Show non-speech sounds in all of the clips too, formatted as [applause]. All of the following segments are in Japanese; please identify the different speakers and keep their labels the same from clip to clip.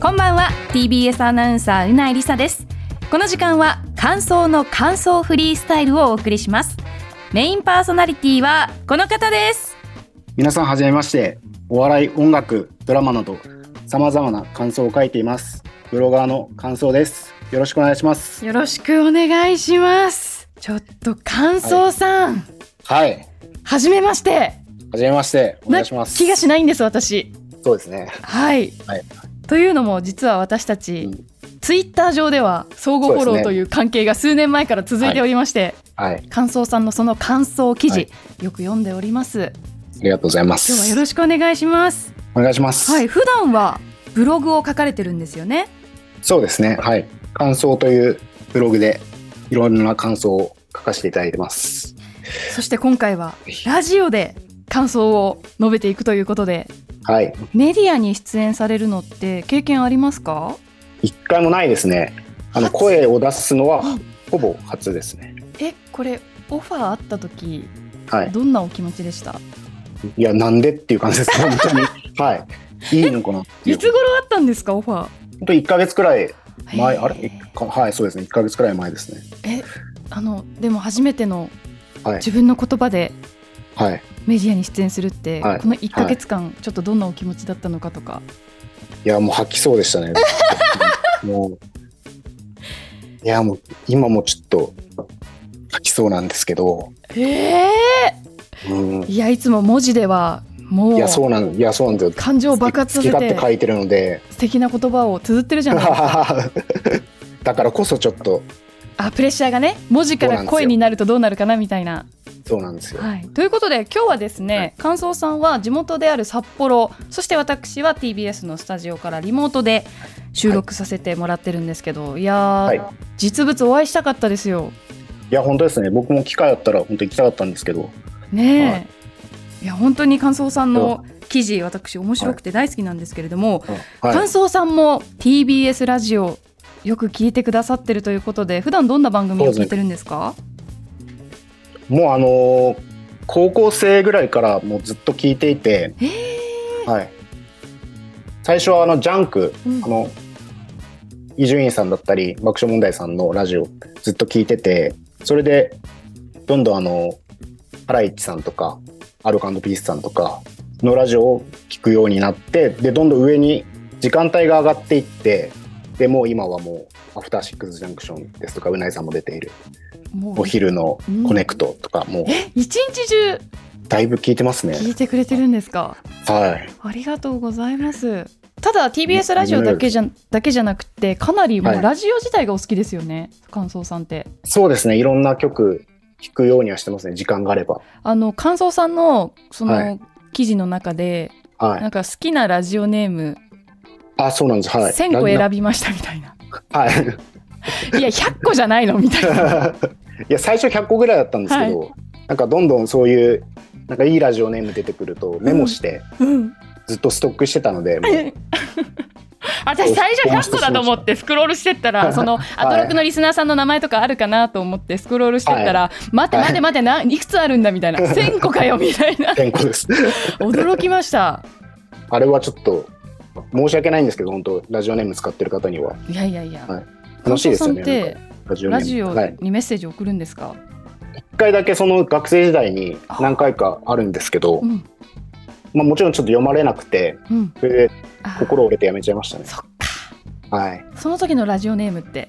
Speaker 1: こんばんは TBS アナウンサーうなえりさですこの時間は感想の感想フリースタイルをお送りしますメインパーソナリティはこの方です
Speaker 2: 皆さんはじめましてお笑い音楽ドラマなどさまざまな感想を書いていますブロガーの感想ですよろしくお願いします
Speaker 3: よろしくお願いしますちょっと感想さん
Speaker 2: はい
Speaker 3: はじめまして
Speaker 2: はじめましてお願いします
Speaker 3: 気がしないんです私
Speaker 2: そうですね
Speaker 3: はい、
Speaker 2: はい
Speaker 3: というのも実は私たち、
Speaker 2: うん
Speaker 3: ツイッター上では相互フォロ
Speaker 2: そう
Speaker 3: ー
Speaker 2: ですね
Speaker 3: という関係が数年前から続いておりまして、
Speaker 2: はい
Speaker 3: 感想さんのその感想記事、
Speaker 2: は
Speaker 3: よく読んでおります
Speaker 2: ありがとうございます
Speaker 3: 今日はよろしくお願いします
Speaker 2: お願いします
Speaker 3: はい普段はブログを書かれてるんですよね
Speaker 2: そうですねはい感想というブログでいろんな感想を書かせていただいてます
Speaker 3: そして今回は
Speaker 2: ぜひ
Speaker 3: ラジオで感想を述べていくということで
Speaker 2: はい
Speaker 3: メディアに出演されるのって経験ありますか
Speaker 2: 一回もないですねあの
Speaker 3: 初
Speaker 2: 声を出すのはほぼ初ですね
Speaker 3: えこれオファーあった時
Speaker 2: はい
Speaker 3: どんなお気持ちでした
Speaker 2: いやなんでっていう感じです本当に
Speaker 3: [laughs]
Speaker 2: はいいいのかなっていう
Speaker 3: いつ頃あったんですかオファ
Speaker 2: 本当1ヶ月くらい
Speaker 3: ー
Speaker 2: 前
Speaker 3: へー
Speaker 2: あれ一かはいそうですね1ヶ月くらい前ですね
Speaker 3: あのでも初めての
Speaker 2: はい
Speaker 3: 自分の言葉で
Speaker 2: はい
Speaker 3: メディアに出演するって、
Speaker 2: はい
Speaker 3: この1か月間ちょっとどんなお気持ちだったのかとか、
Speaker 2: いやもう吐きそう
Speaker 3: [laughs]
Speaker 2: でしたねもういやもう今もちょっと吐きそうなんですけど
Speaker 3: え
Speaker 2: うん
Speaker 3: ーいやいつも文字ではも
Speaker 2: いうやそうなんいやそうなんですよ
Speaker 3: 感情を爆発させ
Speaker 2: 好き勝
Speaker 3: て
Speaker 2: 手書いてるので [laughs]
Speaker 3: 素敵な言葉を綴ってるじゃない
Speaker 2: だからこそちょっと
Speaker 3: あプレッシャーがね文字から声になるとどうなるかなみたいな
Speaker 2: そうなんですよ
Speaker 3: はい、ということで今日はですね、感想さんは地元である札幌そして私は TBS のスタジオからリモートで収録させてもらってるんですけど、い、やー、
Speaker 2: はい
Speaker 3: 実物お会いしたかったですよ
Speaker 2: いや本当ですね僕も機会あったら本当行きたかったんですけど
Speaker 3: ねえ、、
Speaker 2: はい
Speaker 3: や本当に感想さんの記事私面白くて大好きなんですけれども、
Speaker 2: うんはい
Speaker 3: 感想さんも TBS ラジオよく聞いてくださってるということで普段どんな番組を聞いてるんですか
Speaker 2: もうあのー高校生ぐらいからもうずっと聞いていて、
Speaker 3: へ
Speaker 2: はい、最初はあのジャンク、
Speaker 3: うん
Speaker 2: あの伊集院さんだったり爆笑問題さんのラジオずっと聞いててそれでどんどんあのハライチさんとかアルカンドピースさんとかのラジオを聞くようになってでどんどん上に時間帯が上がっていってでもう今はもう「アフターシックスジャンクション」ですとかうないさんも出ている
Speaker 3: もう
Speaker 2: お昼のコネクトとか、もう
Speaker 3: え一日中
Speaker 2: だいぶ聞いてますね。
Speaker 3: 聞いてくれてるんですか
Speaker 2: はい。
Speaker 3: ありがとうございます。ただ TBS ラジオだけじゃだけじゃなくてかなりも
Speaker 2: は
Speaker 3: う
Speaker 2: い
Speaker 3: ラジオ自体がお好きですよね、感想さんって。
Speaker 2: そうですね。いろんな曲聞くようにはしてますね。時間があれば。
Speaker 3: あの感想さんのそ
Speaker 2: は
Speaker 3: の記事の中で、
Speaker 2: は。
Speaker 3: ないんか好きなラジオネーム、
Speaker 2: あ、そうなんです。はい。
Speaker 3: 1000個
Speaker 2: ラン
Speaker 3: 選びましたみたいな。
Speaker 2: ナはい。
Speaker 3: いや100個じゃないのみたいな。
Speaker 2: い [laughs] や、最初100個ぐらいだったんですけど、なんかどんどんそういう、なんかいいラジオネーム出てくるとメモして、
Speaker 3: うん
Speaker 2: ずっとストックしてたので、もう
Speaker 3: 私最初100個だと思ってスクロールしてった
Speaker 2: [laughs]
Speaker 3: らそのアトロクのリスナーさんの名前とかあるかなと思ってスクロールしてったら、待って待って待ってないいくつあるんだみたい
Speaker 2: [laughs]
Speaker 3: な1000個かよみたいな
Speaker 2: 1000個です。 [laughs]
Speaker 3: 驚きました。
Speaker 2: あれはちょっと、申し訳ないんですけど、本当ラジオネーム使ってる方にはい
Speaker 3: やいやいや。
Speaker 2: はい楽しいですよね。
Speaker 3: 感想さんっ
Speaker 2: なんかラジ
Speaker 3: てラジオ
Speaker 2: はい。
Speaker 3: にメッセージ送るんですか。
Speaker 2: 一回だけその学生時代に何回かあるんですけど
Speaker 3: う、ん
Speaker 2: まあもちろんちょっと読まれなくて、
Speaker 3: うん。
Speaker 2: それで
Speaker 3: あー、
Speaker 2: 心折れてやめちゃいましたね。
Speaker 3: そっか。
Speaker 2: はい。
Speaker 3: その時のラジオネームって。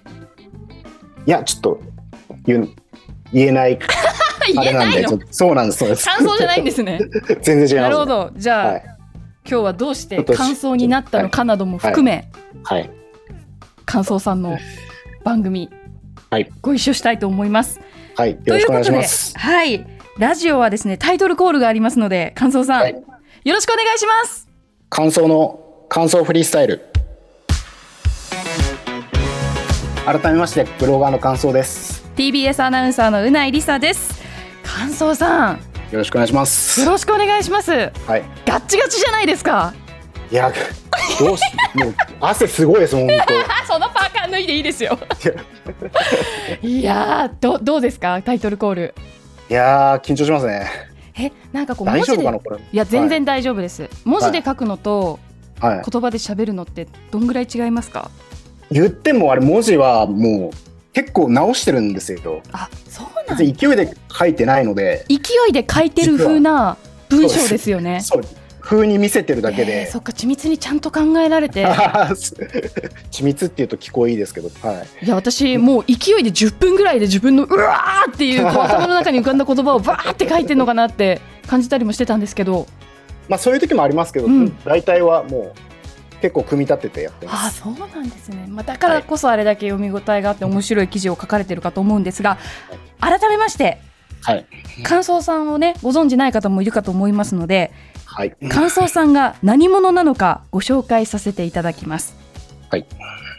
Speaker 2: いや、ちょっと言う言えないあ
Speaker 3: 言え
Speaker 2: れな
Speaker 3: なんい
Speaker 2: で、ちょ
Speaker 3: の
Speaker 2: っ。とそうなんです。そうです
Speaker 3: 感想じゃないんですね。
Speaker 2: 全 [laughs] 然違い
Speaker 3: な
Speaker 2: ます、
Speaker 3: るほ。ど。じゃあ、
Speaker 2: はい
Speaker 3: 今日はどうし
Speaker 2: ちょ
Speaker 3: て
Speaker 2: っと
Speaker 3: 感想になったのかなども含め、
Speaker 2: はい。
Speaker 3: 感想さんの番組、
Speaker 2: はい
Speaker 3: ご一緒したいと思います。
Speaker 2: はい。よ
Speaker 3: と
Speaker 2: ろ
Speaker 3: い
Speaker 2: し
Speaker 3: う
Speaker 2: くお
Speaker 3: こ
Speaker 2: 願い
Speaker 3: と
Speaker 2: しま、。
Speaker 3: ですはい。ラジオはですね、タイトルコールがありますので、感想さん、
Speaker 2: はい
Speaker 3: よろしくお願いします。
Speaker 2: 感想の感想フリースタイル。改めまして、ブロガーの感想です。
Speaker 3: TBS アナウンサーのうないりさです。感想さん、
Speaker 2: よろしくお願いしま
Speaker 3: よ
Speaker 2: す。
Speaker 3: ろしくお願いします。
Speaker 2: はい。
Speaker 3: ガッチガチじゃないですか。
Speaker 2: いや、どうし、もう汗すごいです、本
Speaker 3: あ、そのパーカー脱いでいいです [laughs] よ。いやー、どどうですか、タイトルコール。
Speaker 2: 当。いやー、緊張しますね。
Speaker 3: えなんかこう文
Speaker 2: 大丈
Speaker 3: 字
Speaker 2: 夫
Speaker 3: で
Speaker 2: かなこれ。
Speaker 3: いや全然大丈夫です、文字で書くのと
Speaker 2: はい。
Speaker 3: 言葉で喋るのってどんぐらい違いますか
Speaker 2: 言ってもあれ文字はもう結構直してるんですよ。
Speaker 3: あそうなん
Speaker 2: 別に勢いで書いてないので、
Speaker 3: 勢いで書いてる風な文章ですよね
Speaker 2: そう風に見せてるだけ
Speaker 3: えー
Speaker 2: で。
Speaker 3: そっか緻密にちゃんと考えられて
Speaker 2: [laughs] 緻密っていうと聞こえいいですけど、はい。
Speaker 3: いや私もう勢いで10分ぐらいで自分のうわーっていうこう頭の中に浮かんだ言葉をバーって書いてるのかなって感じたりもしてたんですけど
Speaker 2: まあそういう時もありますけど、
Speaker 3: うん
Speaker 2: 大体はもう結構組み立ててやって
Speaker 3: あ
Speaker 2: ま
Speaker 3: あ
Speaker 2: す。
Speaker 3: そうなんですね、まあ、だからこそあれだけ読み応えがあって面白い記事を書かれてるかと思うんですが改めまして
Speaker 2: はい。
Speaker 3: 感想さんをねご存じない方もいるかと思いますので
Speaker 2: はい。
Speaker 3: 感想さんが何者なのかご紹介させていただきます。
Speaker 2: はい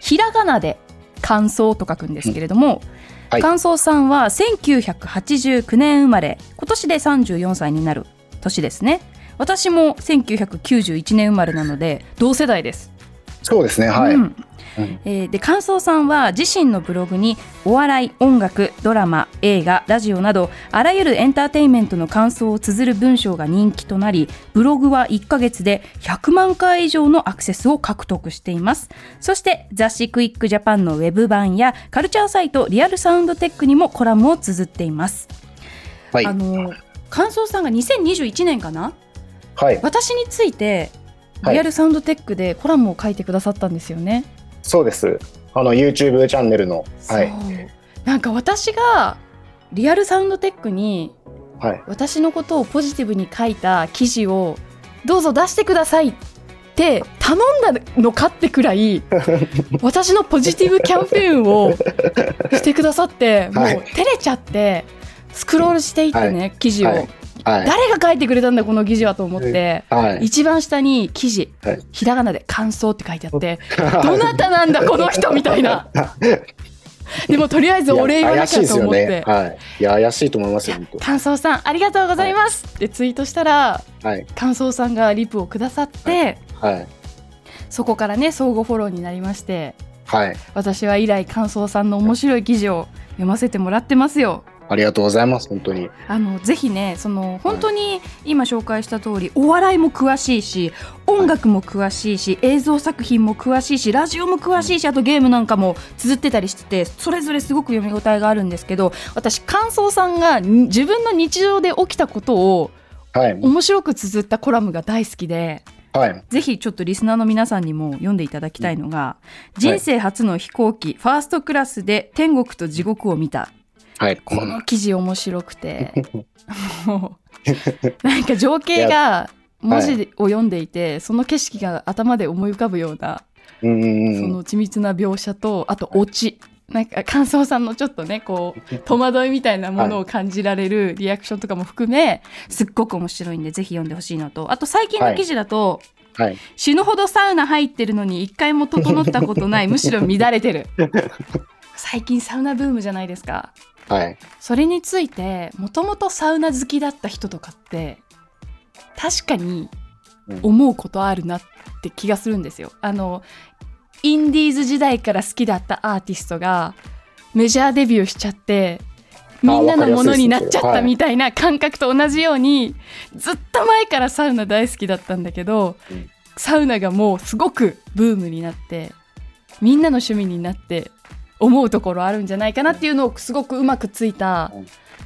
Speaker 3: ひらがなで感想と書くんですけれども、
Speaker 2: はい
Speaker 3: 感想さんは1989年生まれ今年で34歳になる年ですね私も1991年生まれなので同世代です
Speaker 2: そうですね。はい。
Speaker 3: うん
Speaker 2: うん
Speaker 3: えーで感想さんは自身のブログにお笑い音楽ドラマ映画ラジオなどあらゆるエンターテインメントの感想を綴る文章が人気となりブログは1ヶ月で100万回以上のアクセスを獲得していますそして雑誌クイックジャパンのウェブ版やカルチャーサイトリアルサウンドテックにもコラムを綴っています、
Speaker 2: はい。
Speaker 3: あのー感想さんが2021年かな
Speaker 2: はい。
Speaker 3: 私について
Speaker 2: はい
Speaker 3: リアルサウンドテックでコラムを書いてくださったんですよね、
Speaker 2: そうです。あの YouTube チャンネルの。
Speaker 3: そう、
Speaker 2: はい。
Speaker 3: なんか私がリアルサウンドテックに
Speaker 2: はい。
Speaker 3: 私のことをポジティブに書いた記事をどうぞ出してくださいって頼んだのかってくら
Speaker 2: [laughs]
Speaker 3: い私のポジティブキャンペーンをしてくださってもう
Speaker 2: はい
Speaker 3: 照れちゃってスクロールしていってね、記事を、
Speaker 2: はいは
Speaker 3: 誰
Speaker 2: い。
Speaker 3: が書いてくれたんだこの記事はと思って、
Speaker 2: はい。
Speaker 3: 一番下に記事、
Speaker 2: はい
Speaker 3: ひらがなで感想って書いてあ
Speaker 2: [laughs]
Speaker 3: ってどなたなんだこの人みたいな。でもとりあえずお礼言わなきゃと思っ
Speaker 2: いや怪しいで
Speaker 3: て。
Speaker 2: すよね。はい。いや怪しいと思いますよ。本
Speaker 3: 感想さんありがとうございます、ってツイートしたら
Speaker 2: 当はい。
Speaker 3: 感想さんがリプをくださって、
Speaker 2: はい。
Speaker 3: そこからね相互フォローになりまして
Speaker 2: はい。
Speaker 3: 私は以来感想さんの面白い記事を読ませてもらってますよ。
Speaker 2: ありがとうございます。本当に。
Speaker 3: あのぜひねその本当に今紹介した通りお笑いも詳しいし音楽も詳しいし映像作品も詳しいしラジオも詳しいしあとゲームなんかも綴ってたりしててそれぞれすごく読み応えがあるんですけど私感想さんがに自分の日常で起きたことを
Speaker 2: はい。
Speaker 3: 面白く綴ったコラムが大好きで。
Speaker 2: はい。
Speaker 3: ぜひちょっとリスナーの皆さんにも読んでいただきたいのが、人生初の飛行機、ファーストクラスで天国と地獄を見た
Speaker 2: はい。
Speaker 3: この記事面白く
Speaker 2: [laughs]
Speaker 3: てもうなんか情景
Speaker 2: い
Speaker 3: が文字を読んでいて、その景色が頭で思い浮かぶような、
Speaker 2: うんうん
Speaker 3: そ
Speaker 2: うん。
Speaker 3: の緻密な描写とあとオチなんか感想さんのちょっとねこ
Speaker 2: [laughs]
Speaker 3: う戸惑いみたいなものを感じられるリアクションとかも含めすっごく面白いんでぜひ読んでほしいのとあと最近の記事だと、
Speaker 2: はい。
Speaker 3: 死ぬほどサウナ入ってるのに一回も整ったことないむしろ乱れて
Speaker 2: [laughs]
Speaker 3: る最近サウナブームじゃないですか
Speaker 2: はい。
Speaker 3: それについてもともとサウナ好きだった人とかって確かに思うことあるなって気がするんですよあのインディーズ時代から好きだったアーティストがメジャーデビューしちゃってみんなのものになっちゃったみたいな感覚と同じようにずっと前からサウナ大好きだったんだけど、
Speaker 2: うん
Speaker 3: サウナがもうすごくブームになってみんなの趣味になって思うところあるんじゃないかなっていうのをすごくうまくついた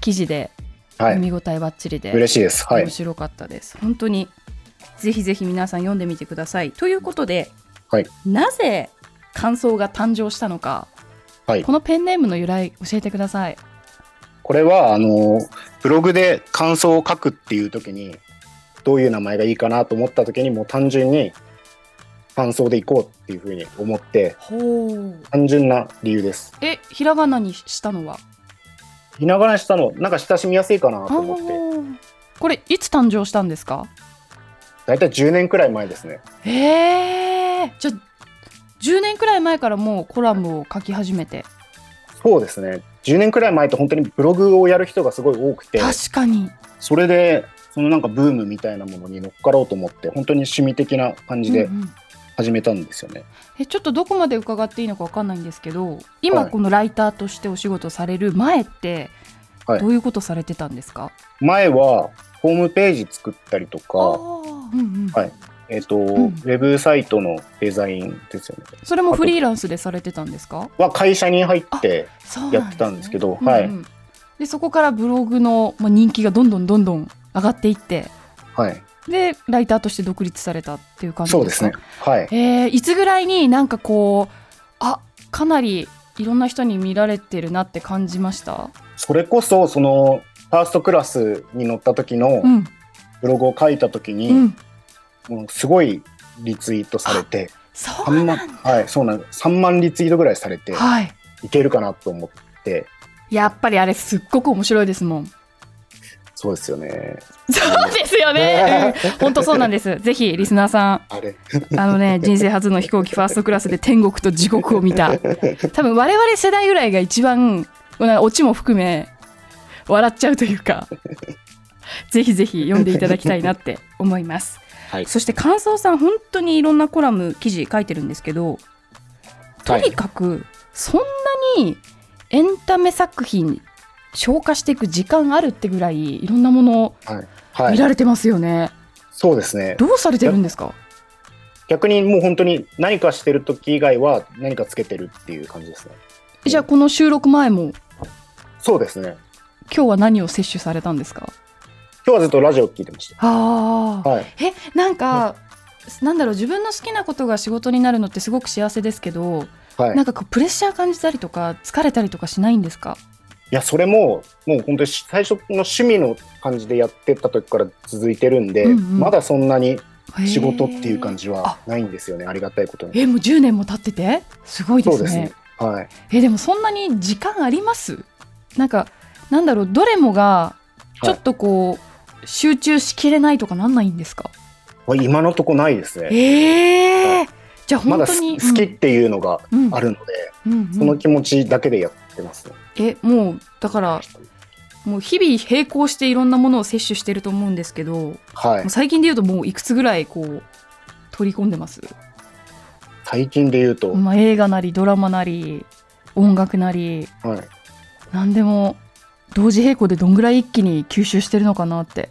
Speaker 3: 記事で、
Speaker 2: は
Speaker 3: 読み
Speaker 2: い。
Speaker 3: 応えばっちりで
Speaker 2: 嬉しいです。はい
Speaker 3: 面。白かったです、本当にぜひぜひ皆さん読んでみてくださいということで、
Speaker 2: はい
Speaker 3: なぜ感想が誕生したのか、
Speaker 2: はい
Speaker 3: このペンネームの由来教えてください
Speaker 2: これはあのブログで感想を書くっていう時にどういう名前がいいかなと思った時にもう単純に感想でいこうっていうふうに思って
Speaker 3: ほう
Speaker 2: 単純な理由です。
Speaker 3: えひらがなにしたのは
Speaker 2: ひながらにしたのなんか親しみやすいかなと思って
Speaker 3: あーこれいつ誕生したんですか
Speaker 2: 大体10年くらい前ですね。
Speaker 3: えー、じゃあ10年くらい前からもうコラムを書き始めて
Speaker 2: そうですね10年くらい前って本当にブログをやる人がすごい多くて
Speaker 3: 確かに
Speaker 2: それでそのなんかブームみたいなものに乗っかろうと思って本当に趣味的な感じで
Speaker 3: うんうん
Speaker 2: 始めたんですよね。
Speaker 3: えちょっとどこまで伺っていいのかわかんないんですけど今
Speaker 2: はい
Speaker 3: このライターとしてお仕事される前って
Speaker 2: はい
Speaker 3: どういうことされてたんですか、
Speaker 2: 前はホームページ作ったりとか、
Speaker 3: うんうん
Speaker 2: はいえっと
Speaker 3: ん
Speaker 2: ウェブサイトのデザインですよね
Speaker 3: それもフリーランスでされてたんですか
Speaker 2: は会社に入って
Speaker 3: そう
Speaker 2: や
Speaker 3: な
Speaker 2: ってたんですけ
Speaker 3: ど
Speaker 2: ど、はい、
Speaker 3: うんうんでそこからブログの、まあ、人気がどんどんどんどん上がっていって
Speaker 2: はい、
Speaker 3: でライターとして独立されたっていう感じ
Speaker 2: そうで
Speaker 3: か
Speaker 2: すね。はい。
Speaker 3: えーいつぐらいになんかこうあかなりいろんな人に見られてるなって感じました、
Speaker 2: それこそ、その、ファーストクラスに乗った時の
Speaker 3: うん
Speaker 2: ブログを書いた時
Speaker 3: う
Speaker 2: に、
Speaker 3: ん、
Speaker 2: もうすごいリツイートされて、
Speaker 3: そう
Speaker 2: 3万、はい、そうなんです。3万リツイートぐらいされて、
Speaker 3: はい
Speaker 2: いけるかなと思って、
Speaker 3: やっぱりあれすっごく面白いですもん
Speaker 2: そうですよね。
Speaker 3: そうですよ [laughs] ね、うん本当そうなんですぜひリスナーさん
Speaker 2: あれ。
Speaker 3: あの [laughs] ね、人生初の飛行機ファーストクラスで天国と地獄を見た。多分我々世代ぐらいが一番、なんかオチも含め、笑っちゃうというか、ぜひぜひ読んでいただきたいなって思います。
Speaker 2: はい。
Speaker 3: そして感想さん、本当にいろんなコラム、記事書いてるんですけど、とにかく、そんなにエンタメ作品、消化していく時間あるってぐらい、いろんなもの
Speaker 2: は
Speaker 3: 見
Speaker 2: い。
Speaker 3: られてますよね。
Speaker 2: そうですね。
Speaker 3: どうされてるんですか
Speaker 2: 逆にもう本当に何かしてる時以外は何かつけてるっていう感じですね。
Speaker 3: えじゃあ、この収録前も
Speaker 2: そうですね。
Speaker 3: 今日は何を摂取されたんですか
Speaker 2: 今日はずっとラジオ聞いてまし
Speaker 3: あ
Speaker 2: た。はい。
Speaker 3: ーえなんか、なんだろう自分の好きなことが仕事になるのってすごく幸せですけど、
Speaker 2: はい。
Speaker 3: なんかこうプレッシャー感じたりとか疲れたりとかしないんですか
Speaker 2: いや、それも、もう本当にし最初の趣味の感じでやってた時から続いてるんで、
Speaker 3: うんうん
Speaker 2: まだそんなに仕事っていう感
Speaker 3: じ
Speaker 2: じはないんですよね。ありがたいことに。
Speaker 3: えもう10年も経っててすごいで
Speaker 2: そう
Speaker 3: す
Speaker 2: で
Speaker 3: ね
Speaker 2: すね。はい。
Speaker 3: えでもそんなに時間ありますなんかなんだろうどれもが
Speaker 2: い
Speaker 3: ちょっとこう、集中しきれないとかなんないんですか
Speaker 2: まあ今のとこないですね。
Speaker 3: え
Speaker 2: は
Speaker 3: ー、じゃあ
Speaker 2: ま
Speaker 3: 本
Speaker 2: だ
Speaker 3: 当
Speaker 2: す
Speaker 3: に、
Speaker 2: 好きっていうのが
Speaker 3: うん
Speaker 2: あるので、
Speaker 3: うんうんうん
Speaker 2: その気持ちだけでやってます、ね。
Speaker 3: えもうだからもう日々並行していろんなものを摂取してると思うんですけど、も。
Speaker 2: はいう
Speaker 3: 最近で言うともういくつぐらいこう取り込んでます、
Speaker 2: 最近で言うと、
Speaker 3: まあ、映画なりドラマなり音楽なり
Speaker 2: はい。
Speaker 3: 何でも同時並行でどんぐらい一気に吸収してるのかなって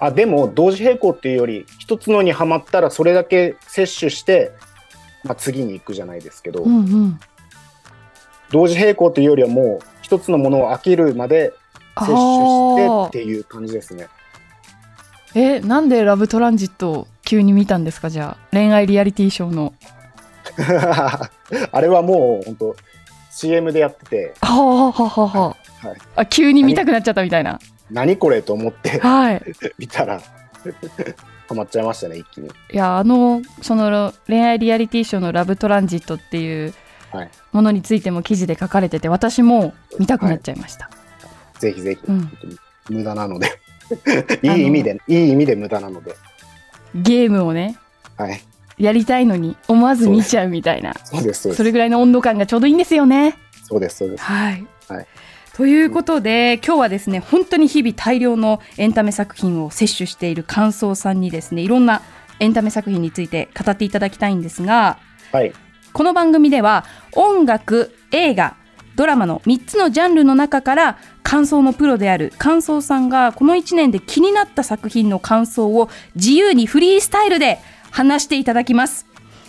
Speaker 2: あ、でも同時並行っていうより、一つのにはまったらそれだけ摂取して、まあ次に行くじゃないですけど、
Speaker 3: うんうん
Speaker 2: 同時並行というよりはもう一つのものを飽きるまで
Speaker 3: あ
Speaker 2: 摂取して
Speaker 3: ー
Speaker 2: っていう感じですね。 [laughs]
Speaker 3: えなんで「ラブトランジット」を急に見たんですかじゃあ恋愛リアリティショーの
Speaker 2: あれはもう本当 CM でやってて、
Speaker 3: はあはあはあはあ
Speaker 2: はい
Speaker 3: あ急に見たくなっちゃったみたいな
Speaker 2: 何これと思って [laughs]
Speaker 3: はい
Speaker 2: 見たらハマっちゃいましたね一気に。
Speaker 3: いやあのその恋愛リアリティショーの「ラブトランジット」っていう
Speaker 2: はい
Speaker 3: ものについても記事で書かれてて私も見たくなっちゃいました、
Speaker 2: ぜひぜひ、
Speaker 3: うん
Speaker 2: 本当に無駄なのでい
Speaker 3: あの
Speaker 2: い意味でいい意味で無駄なので、
Speaker 3: ゲームをね
Speaker 2: はい、
Speaker 3: やりたいのに思わず見ちゃうみたいな
Speaker 2: そうです
Speaker 3: そ
Speaker 2: そうです
Speaker 3: れぐらいの温度感がちょうどいいんですよね
Speaker 2: そうですそうです。
Speaker 3: はい、
Speaker 2: はい
Speaker 3: ということで今日はですね本当に日々大量のエンタメ作品を摂取している感想さんにですねいろんなエンタメ作品について語っていただきたいんですが
Speaker 2: はい
Speaker 3: この番組では音楽映画ドラマの3つのジャンルの中から感想のプロである感想さんがこの1年で気になった作品の感想を自由にフリースタイルで話していただきます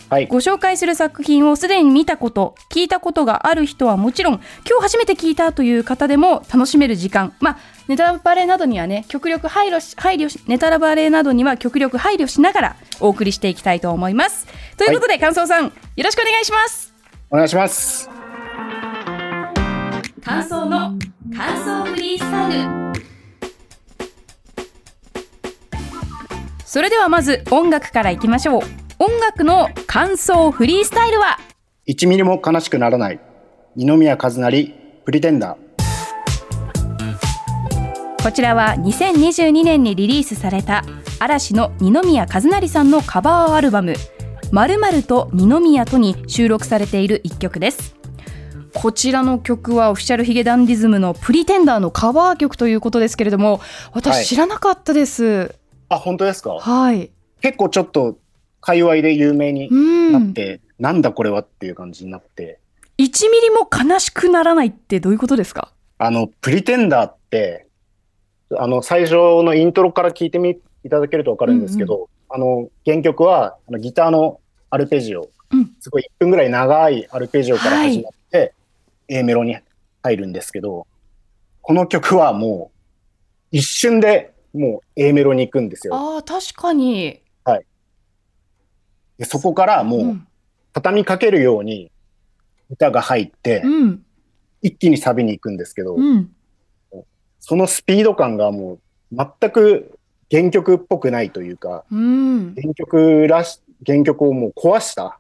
Speaker 2: はい
Speaker 3: ご紹介する作品をすでに見たこと聞いたことがある人はもちろん今日初めて聞いたという方でも楽しめる時間まあネタバレなどにはね極力配慮し配慮しネタバレなどには極力配慮しながらお送りしていきたいと思いますということで、感想さんよろしくお願いします
Speaker 2: お願いします。
Speaker 1: 感想の感想フリースタイル
Speaker 3: それではまず音楽からいきましょう音楽の感想フリースタイルは
Speaker 2: 1ミリも悲しくならない二宮和也プリテンダー
Speaker 3: こちらは2022年にリリースされた嵐の二宮和也さんのカバーアルバム「まると二宮と」に収録されている一曲ですこちらの曲はオフィシャルヒゲダンディズムの「プリテンダー」のカバー曲ということですけれども
Speaker 2: は
Speaker 3: 私
Speaker 2: い
Speaker 3: 知らなかったです
Speaker 2: あ本当ですか。
Speaker 3: はい、
Speaker 2: 結構ちょっと界隈で有名に
Speaker 3: う
Speaker 2: なっ
Speaker 3: ん
Speaker 2: て、なんだこれはっていう感じになって。
Speaker 3: 1ミリも悲しくならないってどういうことですか
Speaker 2: あの、プリテンダーって、あの、最初のイントロから聞いてみ、いただけるとわかるんですけど、あの、原曲は、あのギターのアルペジオ、
Speaker 3: うん
Speaker 2: すごい1分ぐらい長いアルペジオから始まって、A メロに入るんですけど、この曲はもう、一瞬でもう A メロに行くんですよ。
Speaker 3: ああ確かに、
Speaker 2: でそこからも
Speaker 3: う
Speaker 2: うん畳みかけるように歌が入って、
Speaker 3: うん
Speaker 2: 一気にサビに行くんですけど、
Speaker 3: うん、
Speaker 2: そのスピード感がもう全く原曲っぽくないというか、
Speaker 3: うん、
Speaker 2: 原曲らし、原曲をもう壊した、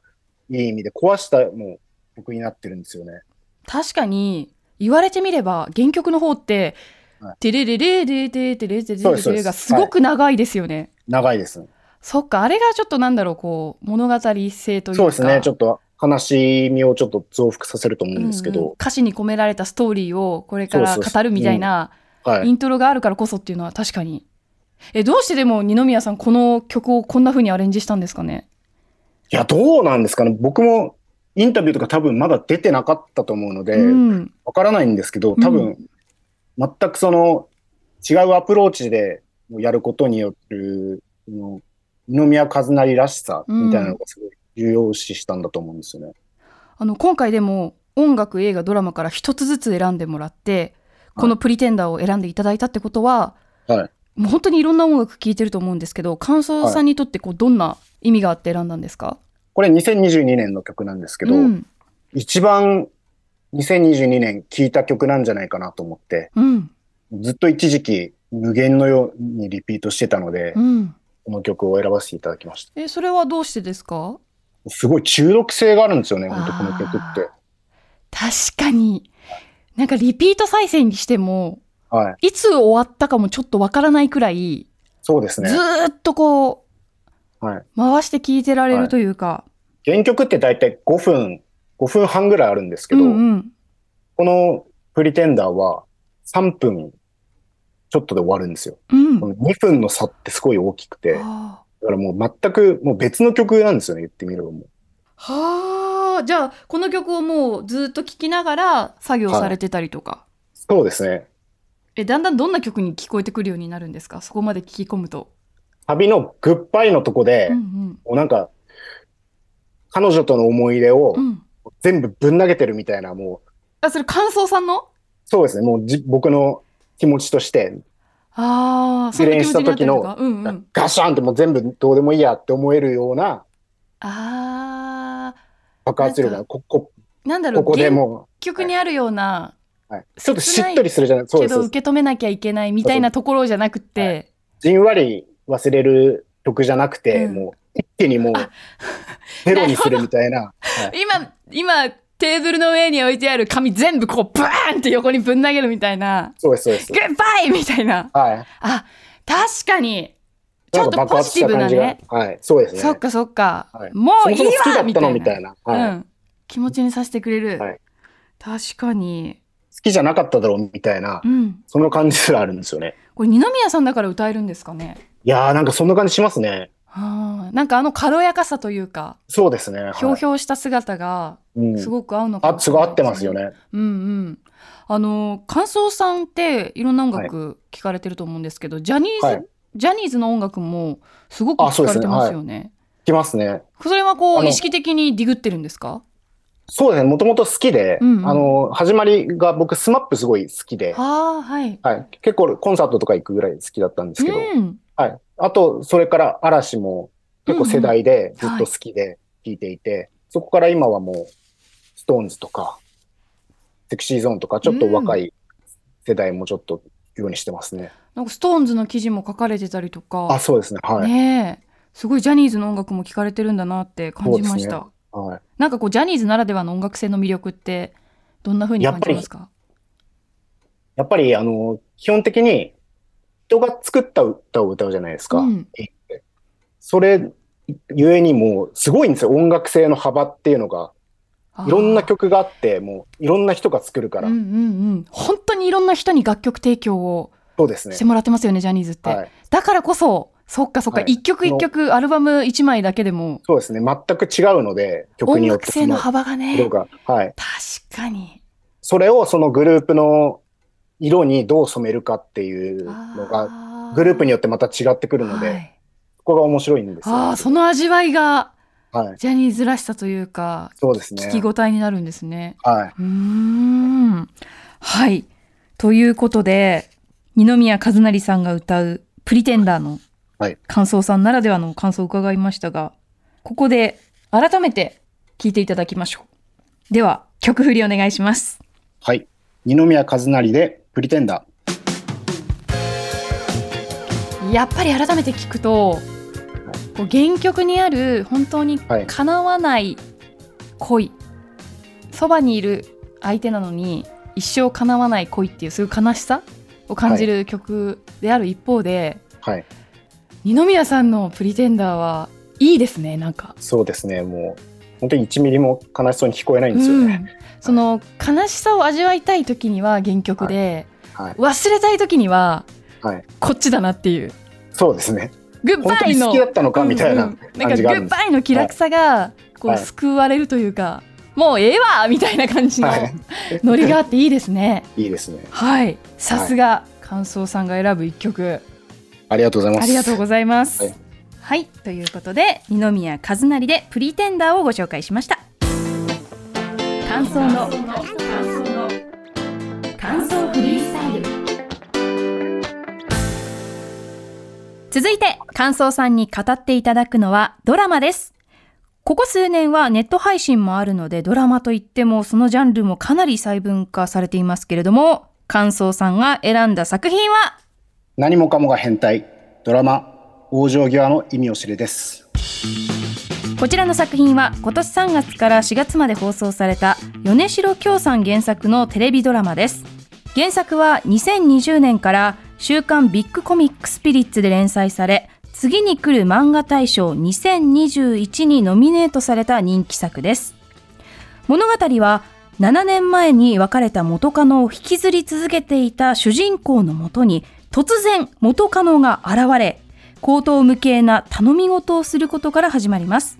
Speaker 2: いい意味で壊したもう曲になってるんですよね。
Speaker 3: 確かに言われてみれば原曲の方って
Speaker 2: はい
Speaker 3: 「テレレレレレテレレ
Speaker 2: そ
Speaker 3: レ
Speaker 2: うですそう
Speaker 3: レ」
Speaker 2: です
Speaker 3: がすごく長いですよね。
Speaker 2: 長いです。
Speaker 3: そっかあれがちょっとなんだろうこう物語性というか
Speaker 2: そうですね。ちょっと悲しみをちょっと増幅させると思うんですけど、
Speaker 3: うんうん歌詞に込められたストーリーをこれから
Speaker 2: そうそうそ
Speaker 3: 語
Speaker 2: う
Speaker 3: るみたいな
Speaker 2: はい
Speaker 3: イ。ントロがあるからこそっていうのは確かに。えどうしてでも二宮さんこの曲をこんな風にアレンジしたんですかね
Speaker 2: いや、どうなんですかね。僕もインタビューとか多分まだ出てなかったと思うので、
Speaker 3: うん
Speaker 2: わからないんですけど、多
Speaker 3: う
Speaker 2: 分、全くその違うアプローチでやることによる、その二宮和也らしさみたいなのがすごい重要視したんだと思うんですよね。
Speaker 3: あの今回でも音楽映画ドラマから一つずつ選んでもらってこの「プリテンダー」を選んでいただいたってことは、
Speaker 2: はい
Speaker 3: もう本当にいろんな音楽聴いてると思うんですけど感想さんにとってこうどんな意味があって選んだんですか、
Speaker 2: これ2022年の曲なんですけど、
Speaker 3: うん
Speaker 2: 一番2022年聴いた曲なんじゃないかなと思って、
Speaker 3: うん
Speaker 2: ずっと一時期無限のようにリピートしてたので、
Speaker 3: うん、
Speaker 2: この曲を選ばせていただきました。
Speaker 3: えそれはどうしてですか
Speaker 2: すごい中毒性があるんですよね、本当この曲って。
Speaker 3: 確かになんかリピート再生にしても
Speaker 2: はい。
Speaker 3: いつ終わったかもちょっとわからないくらい、
Speaker 2: そうですね
Speaker 3: ず。ーっとこ
Speaker 2: はい。
Speaker 3: う回して聴いてられるというか、
Speaker 2: 原曲って大体5分、5分半ぐらいあるんですけ
Speaker 3: う
Speaker 2: ど、
Speaker 3: んうん、
Speaker 2: このプリテンダーは3分ちょっとで終わるんですよ。
Speaker 3: うん
Speaker 2: この2分の差ってすごい大きくて、だ
Speaker 3: あー
Speaker 2: からもう全くもう別の曲なんですよね、言ってみればもう。
Speaker 3: はあじゃあこの曲をもうずっと聴きながら作業されてたりとか、
Speaker 2: そうですね。
Speaker 3: えだんだんどんな曲に聞こえてくるようになるんですかそこまで聴き込むと。
Speaker 2: サビのグッバイのとこで、
Speaker 3: うん
Speaker 2: もうなんか、彼女との思い出を
Speaker 3: うんうん、
Speaker 2: 全部ぶん投げてるみたいな、もう、
Speaker 3: あそれ感想さんの
Speaker 2: そうですね、もうじ僕の気持ちとして、
Speaker 3: あーそんな気持ちになったりとか。うんうん、
Speaker 2: ガシャンってもう全部どうでもいいやって思えるような
Speaker 3: あ
Speaker 2: 爆発力
Speaker 3: な
Speaker 2: が、ここ、
Speaker 3: ーなんだろう
Speaker 2: ここで
Speaker 3: 原
Speaker 2: もう、
Speaker 3: 曲にあるような、
Speaker 2: はい、ちょっとしっとりするじゃないそう
Speaker 3: け
Speaker 2: ですそ
Speaker 3: ど
Speaker 2: うです。
Speaker 3: 受け止めなきゃいけないみたいなところじゃなくて、
Speaker 2: じんわり忘れる曲じゃなくて、
Speaker 3: うん
Speaker 2: もう一気にもう
Speaker 3: あ、
Speaker 2: [laughs] ゼロにするみたいな。はい
Speaker 3: 今今テーブルの上に置いてある紙全部こうブーンって横にぶん投げるみたいな
Speaker 2: そうです、そうで
Speaker 3: 「グ
Speaker 2: す。
Speaker 3: ッバイ!」みたいな。
Speaker 2: はい。
Speaker 3: あ確かにち
Speaker 2: な
Speaker 3: ょっ
Speaker 2: ん
Speaker 3: と
Speaker 2: か爆
Speaker 3: ポ
Speaker 2: 発
Speaker 3: ジ
Speaker 2: し
Speaker 3: ティブ
Speaker 2: た
Speaker 3: な
Speaker 2: 感じが
Speaker 3: ね。。
Speaker 2: はい、そうですね。
Speaker 3: そっかそっか、
Speaker 2: はい
Speaker 3: もういい
Speaker 2: そもそも好きだ
Speaker 3: わ
Speaker 2: っ
Speaker 3: み
Speaker 2: た
Speaker 3: た
Speaker 2: の
Speaker 3: い
Speaker 2: みた
Speaker 3: な、
Speaker 2: いな。はい。
Speaker 3: う
Speaker 2: 好
Speaker 3: ん、気持ちにさせてくれる、
Speaker 2: はい
Speaker 3: 確かに、
Speaker 2: きじゃなかっただろうみたいな
Speaker 3: う、ん、
Speaker 2: その感じすらあるんですよね。
Speaker 3: これ二宮さんだから歌えるんですかね
Speaker 2: いやー、なんかそんな感じしますね。
Speaker 3: はあなんかあの軽やかさというか
Speaker 2: そうですね。はい
Speaker 3: ひょうひょうした姿が
Speaker 2: うん
Speaker 3: すごく合うのか
Speaker 2: あ、
Speaker 3: も
Speaker 2: す
Speaker 3: しれ
Speaker 2: ごい
Speaker 3: な
Speaker 2: 合
Speaker 3: い
Speaker 2: ってますよね。
Speaker 3: うんうんあの感想さんっていろんな音楽聞かれてると思うんですけど、ジャニーズ、
Speaker 2: はい
Speaker 3: ジャニーズの音楽もすごく聞かれてますよね
Speaker 2: きますね。
Speaker 3: それはこ
Speaker 2: あ
Speaker 3: う
Speaker 2: の
Speaker 3: 意識的にディグってるんですか
Speaker 2: そうですね。もともと好きで、
Speaker 3: うんうん
Speaker 2: あの、始まりが僕、スマップすごい好きで、
Speaker 3: ああはい。
Speaker 2: はい。結構コンサートとか行くぐらい好きだったんですけど、
Speaker 3: うん。
Speaker 2: はい。あと、それから嵐も結構世代で
Speaker 3: うん
Speaker 2: ず
Speaker 3: うん
Speaker 2: っと好きで聴いていて、そこから今はもう、ストーンズとか、セクシーゾーンとか、ちょっと若い世代もちょっと聴くようにしてますね。
Speaker 3: なんかストーンズの記事も書かれてたりと
Speaker 2: あ、
Speaker 3: か、
Speaker 2: そうですね。はい。
Speaker 3: ねえ、すごいジャニーズの音楽も聞かれてるんだなって感じま
Speaker 2: そう
Speaker 3: し
Speaker 2: です
Speaker 3: た。
Speaker 2: ねはい、
Speaker 3: なんかこうジャニーズならではの音楽性の魅力ってどんな風に感じますか？
Speaker 2: やっぱり、あの、基本的に、人が作った歌を歌うじゃないですか。
Speaker 3: うん
Speaker 2: それゆえにもうすごいんですよ音楽性の幅っていうのが
Speaker 3: あー
Speaker 2: いろんな曲があってもういろんな人が作るから、
Speaker 3: うんうんうん。本当にいろんな人に楽曲提供を
Speaker 2: そうですね
Speaker 3: してもらってますよね、ジャニーズって。
Speaker 2: はい、
Speaker 3: だからこそ、そっかそっか、
Speaker 2: はい
Speaker 3: 一曲一曲アルバム一枚だけでも
Speaker 2: そうですね全く違うので曲
Speaker 3: 音
Speaker 2: によって
Speaker 3: 楽
Speaker 2: そ
Speaker 3: 性の
Speaker 2: の
Speaker 3: 幅がね
Speaker 2: 色、が、はい、
Speaker 3: 確かに。
Speaker 2: それをそのグループの
Speaker 1: 色にどう染めるかっていうのが、グループによってまた違ってくるので、
Speaker 3: はい
Speaker 1: ここが面白いんですよ。
Speaker 3: ああその味わいが
Speaker 1: はい。
Speaker 3: ジャニーズらしさというか
Speaker 1: そうですね。
Speaker 3: 聞き応えになるんですね。
Speaker 1: はい。
Speaker 3: うーんはいということで二宮和也さんが歌う「プリテンダー」の
Speaker 1: はい
Speaker 3: 感想さんならではの感想を伺いましたがここで改めて聞いていただきましょうでは曲振りお願いします
Speaker 1: はい。二宮和也でプリテンダー。
Speaker 3: やっぱり改めて聞くとこう原曲にある本当に
Speaker 1: はい
Speaker 3: 叶わない恋そばにいる相手なのに一生叶わない恋っていうそういう悲しさを感じる曲である一方で、
Speaker 1: はい。
Speaker 3: 二宮さんの「プリテンダー」はいいですねなんか。
Speaker 1: そうですね。もう本当に1ミリも悲しそうに聞こえないんですよ
Speaker 3: うん
Speaker 1: ね。、
Speaker 3: その悲しさを味わいたい時には原曲で、
Speaker 1: はい。
Speaker 3: 忘れたい時には
Speaker 1: はい。
Speaker 3: こっちだなっていう
Speaker 1: そうですね。
Speaker 3: グッ
Speaker 1: 本
Speaker 3: バ
Speaker 1: 当
Speaker 3: イ
Speaker 1: に
Speaker 3: の
Speaker 1: 好きだったのかみたい
Speaker 3: うんう
Speaker 1: なん
Speaker 3: なん
Speaker 1: 感
Speaker 3: か
Speaker 1: じ
Speaker 3: グ
Speaker 1: があるん
Speaker 3: ッ
Speaker 1: です。
Speaker 3: バイの気楽さがこ
Speaker 1: は
Speaker 3: う
Speaker 1: い
Speaker 3: 救われるというか、もうええわみたいな感じの
Speaker 1: はい
Speaker 3: ノリがあっていいですね
Speaker 1: [laughs] いいですね。
Speaker 3: はいさすが感想さんが選ぶ一曲
Speaker 1: ありがとうございます。
Speaker 3: ありがとうございます
Speaker 1: はい
Speaker 4: はいということで二宮和也でプリテンダーをご紹介しました感想の感想フリースタイル続いて感想さんに語っていただくのはドラマですここ数年はネット配信もあるのでドラマといってもそのジャンルもかなり細分化されていますけれども感想さんが選んだ作品は
Speaker 1: 何もかもが変態ドラマ往生際の意味を知れです。
Speaker 4: こちらの作品は今年3月から4月まで放送された米城京さん原作のテレビドラマです原作は2020年から週刊ビッグコミックスピリッツで連載され次に来る漫画大賞2021にノミネートされた人気作です物語は7年前に別れた元カノを引きずり続けていた主人公のもとに突然元カノが現れ口頭無形な頼み事をすることから始まります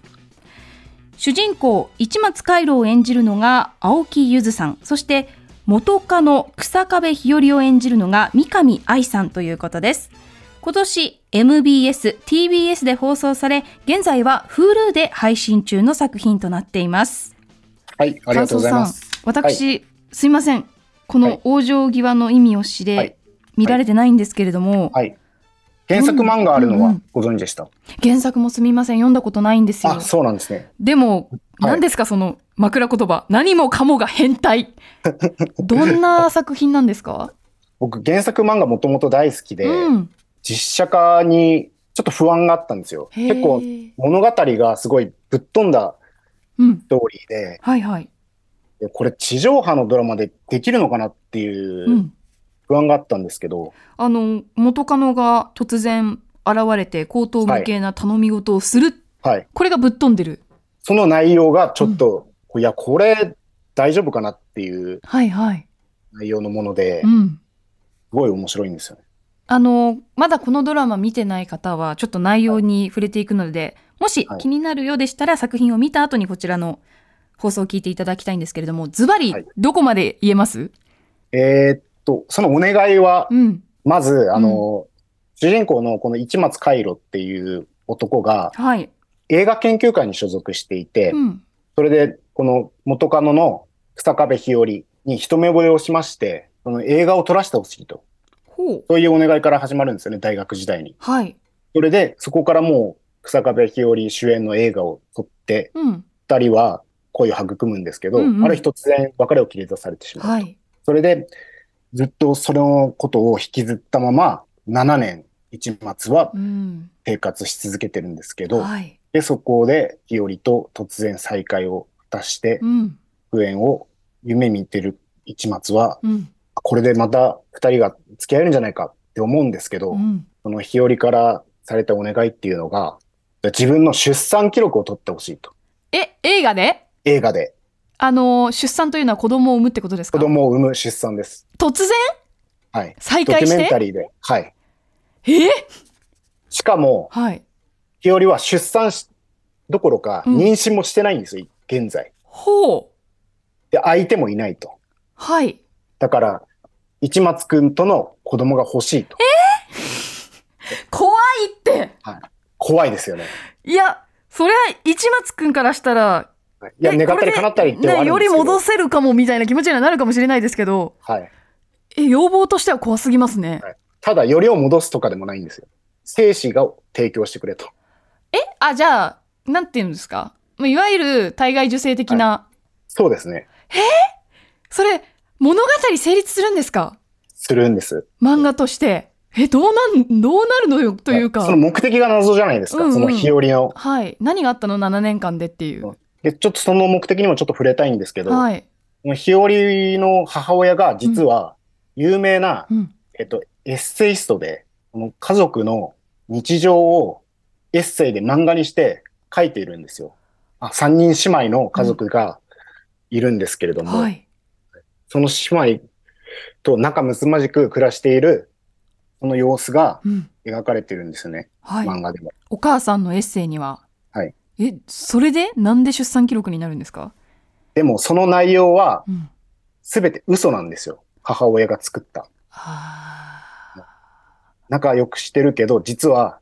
Speaker 4: 主人公市松海路を演じるのが青木ゆずさんそして元カノ草壁日和を演じるのが三上愛さんということです今年 MBS、TBS で放送され現在は Hulu で配信中の作品となっています
Speaker 1: はい、ありがとうございます。
Speaker 3: 私、すいませんこの往生際の意味を知
Speaker 1: はい
Speaker 3: れ見られてないんですけれども、
Speaker 1: はい。原作漫画あるの
Speaker 3: うんう
Speaker 1: は
Speaker 3: ん
Speaker 1: ご存知でした。
Speaker 3: 原作もすみません読んだことないんですよ
Speaker 1: あ、そうなんですね。
Speaker 3: でも、
Speaker 1: はい
Speaker 3: 何ですかその枕言葉何もかもが
Speaker 1: [laughs]
Speaker 3: 変態どんな作品なんですか、
Speaker 1: 僕原作漫画もともと大好きで、
Speaker 3: うん
Speaker 1: 実写化にちょっと不安があったんですよ。
Speaker 3: へー
Speaker 1: 結構物語がすごいぶっ飛んだ
Speaker 3: うん
Speaker 1: ストーリーで、
Speaker 3: はいはい、
Speaker 1: でこれ地上波のドラマでできるのかなって
Speaker 3: う、
Speaker 1: いうん不安があったんですけど、
Speaker 3: あの元カノが突然現れて口頭無形な頼み事をする、
Speaker 1: はい。
Speaker 3: これがぶっ飛んでる
Speaker 1: その内容がちょっと、いや、これ大丈夫かなっていう
Speaker 3: はいはい、
Speaker 1: 内容のもので、す
Speaker 3: うん、
Speaker 1: ごい面白いんですよね。
Speaker 3: あのまだこのドラマ見てない方はちょっと内容に触れていくので、もし
Speaker 1: はい
Speaker 3: 気になるようでしたら作品を見た後にこちらの放送を聞いていただきたいんですけれどもズバリ
Speaker 1: はい
Speaker 3: どこまで言えます、
Speaker 1: えーっと、そのお願いは、
Speaker 3: うん
Speaker 1: まず、あの、主人公のこの市松海路っていう男が
Speaker 3: はい、
Speaker 1: 映画研究会に所属していて、
Speaker 3: うん、
Speaker 1: それでこの元カノの草壁日和に一目惚れをしまして、その映画を撮らせてほしいと。
Speaker 3: ほう
Speaker 1: そういうお願いから始まるんですよね、大学時代に。
Speaker 3: はい、
Speaker 1: それで、そこからもう草壁日和主演の映画を撮って、
Speaker 3: うん、
Speaker 1: 二人は恋を育むんですけど、
Speaker 3: うんうん
Speaker 1: ある日突然別れを切り出されてしまう。
Speaker 3: はい、
Speaker 1: それで、ずっとそのことを引きずったまま、7年、一松は
Speaker 3: うん、
Speaker 1: 生活し続けてるんですけど、
Speaker 3: はい、
Speaker 1: で、そこで、日和と突然再会を果たして
Speaker 3: う、ん、
Speaker 1: 復縁を夢見てる一松は、
Speaker 3: うん、
Speaker 1: これでまた二人が付き合えるんじゃないかって思うんですけど、
Speaker 3: うん、
Speaker 1: その日和からされたお願いっていうのが、自分の出産記録を取ってほしいと。
Speaker 3: え、映画で、
Speaker 1: 映画で
Speaker 3: あの出産というのは子供を産むってことです
Speaker 1: 子
Speaker 3: か？
Speaker 1: 供を産む出産です。
Speaker 3: 突然
Speaker 1: はい。
Speaker 3: 再
Speaker 1: ドキ
Speaker 3: 会
Speaker 1: ュ
Speaker 3: し
Speaker 1: メンタ
Speaker 3: て、
Speaker 1: リーで。はい。
Speaker 3: え、
Speaker 1: しかも、
Speaker 3: はい、
Speaker 1: 日和は出産しどころか
Speaker 3: うん
Speaker 1: 妊娠もしてないんですよ、現在。
Speaker 3: ほう、
Speaker 1: で、相手もいないと。
Speaker 3: はい、
Speaker 1: だから、
Speaker 2: 市松くんとの子供が欲しいと。
Speaker 1: 怖いって
Speaker 2: はい、怖いですよね。
Speaker 1: いやそりゃ市松くんからしたら
Speaker 2: はいいや、
Speaker 1: え
Speaker 2: 願ったり叶ったりってはあ
Speaker 1: ね
Speaker 2: るん
Speaker 1: よ
Speaker 2: で
Speaker 1: り
Speaker 2: すけど。
Speaker 1: 戻せるかもみたいな気持ちにはなるかもしれないですけど
Speaker 2: はい。
Speaker 1: え要望としては怖すぎますね
Speaker 2: ただ、よりを戻すとかでもないんですよ。精子が提供してくれと。
Speaker 3: あ、じゃあ、なんていうんですか。まあいわゆる体外受精的な。
Speaker 2: そうですね。
Speaker 3: それ、物語成立するんですか
Speaker 2: するんです。
Speaker 3: 漫画として。え、どうなん、どうなるのよ、というか。
Speaker 2: その目的が謎じゃないですか。
Speaker 3: うんうん
Speaker 2: その日和の。
Speaker 3: はい。何があったの ?7 年間でっていう。
Speaker 2: で、ちょっとその目的にもちょっと触れたいんですけど、
Speaker 3: はい。
Speaker 2: この日和の母親が実は有名な、
Speaker 3: うん
Speaker 2: えっと、エッセイストで、この家族の日常をエッセイで漫画にして書いているんですよ。あ3人姉妹の家族がいるんですけれども、
Speaker 3: はい。
Speaker 2: その姉妹と仲睦まじく暮らしている、その様子が
Speaker 3: うん。
Speaker 2: 描かれてるんですよね、
Speaker 3: はい。
Speaker 2: 漫画でも。
Speaker 3: お母さんのエッセイには。
Speaker 2: はい。
Speaker 3: え、それでなんで出産記録になるんですか
Speaker 2: でも、その内容は
Speaker 3: うん。
Speaker 2: 全て嘘なんですよ。母親が作った。
Speaker 3: は
Speaker 2: 仲良くしてるけど、実は、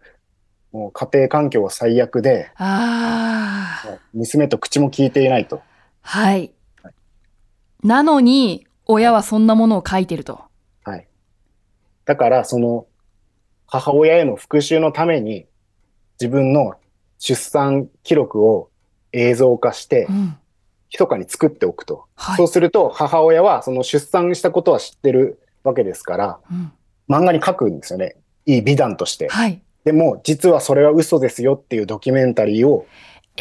Speaker 2: もう家庭環境は最悪で、
Speaker 3: あ。ああ。
Speaker 2: 娘と口も聞いていないと。
Speaker 3: はい。なのに、親はそんなものを書いてると。
Speaker 2: だから、その、母親への復讐のために、自分の出産記録を映像化して
Speaker 3: う、ん。
Speaker 2: 密かに作っておくと。
Speaker 3: は
Speaker 2: そう
Speaker 3: い。
Speaker 2: すると、母親はその出産したことは知ってるわけですから、
Speaker 3: うん、
Speaker 2: 漫画に書くんですよね。いい美談として。
Speaker 3: はい。
Speaker 2: でも、実はそれは嘘ですよっていうドキュメンタリーを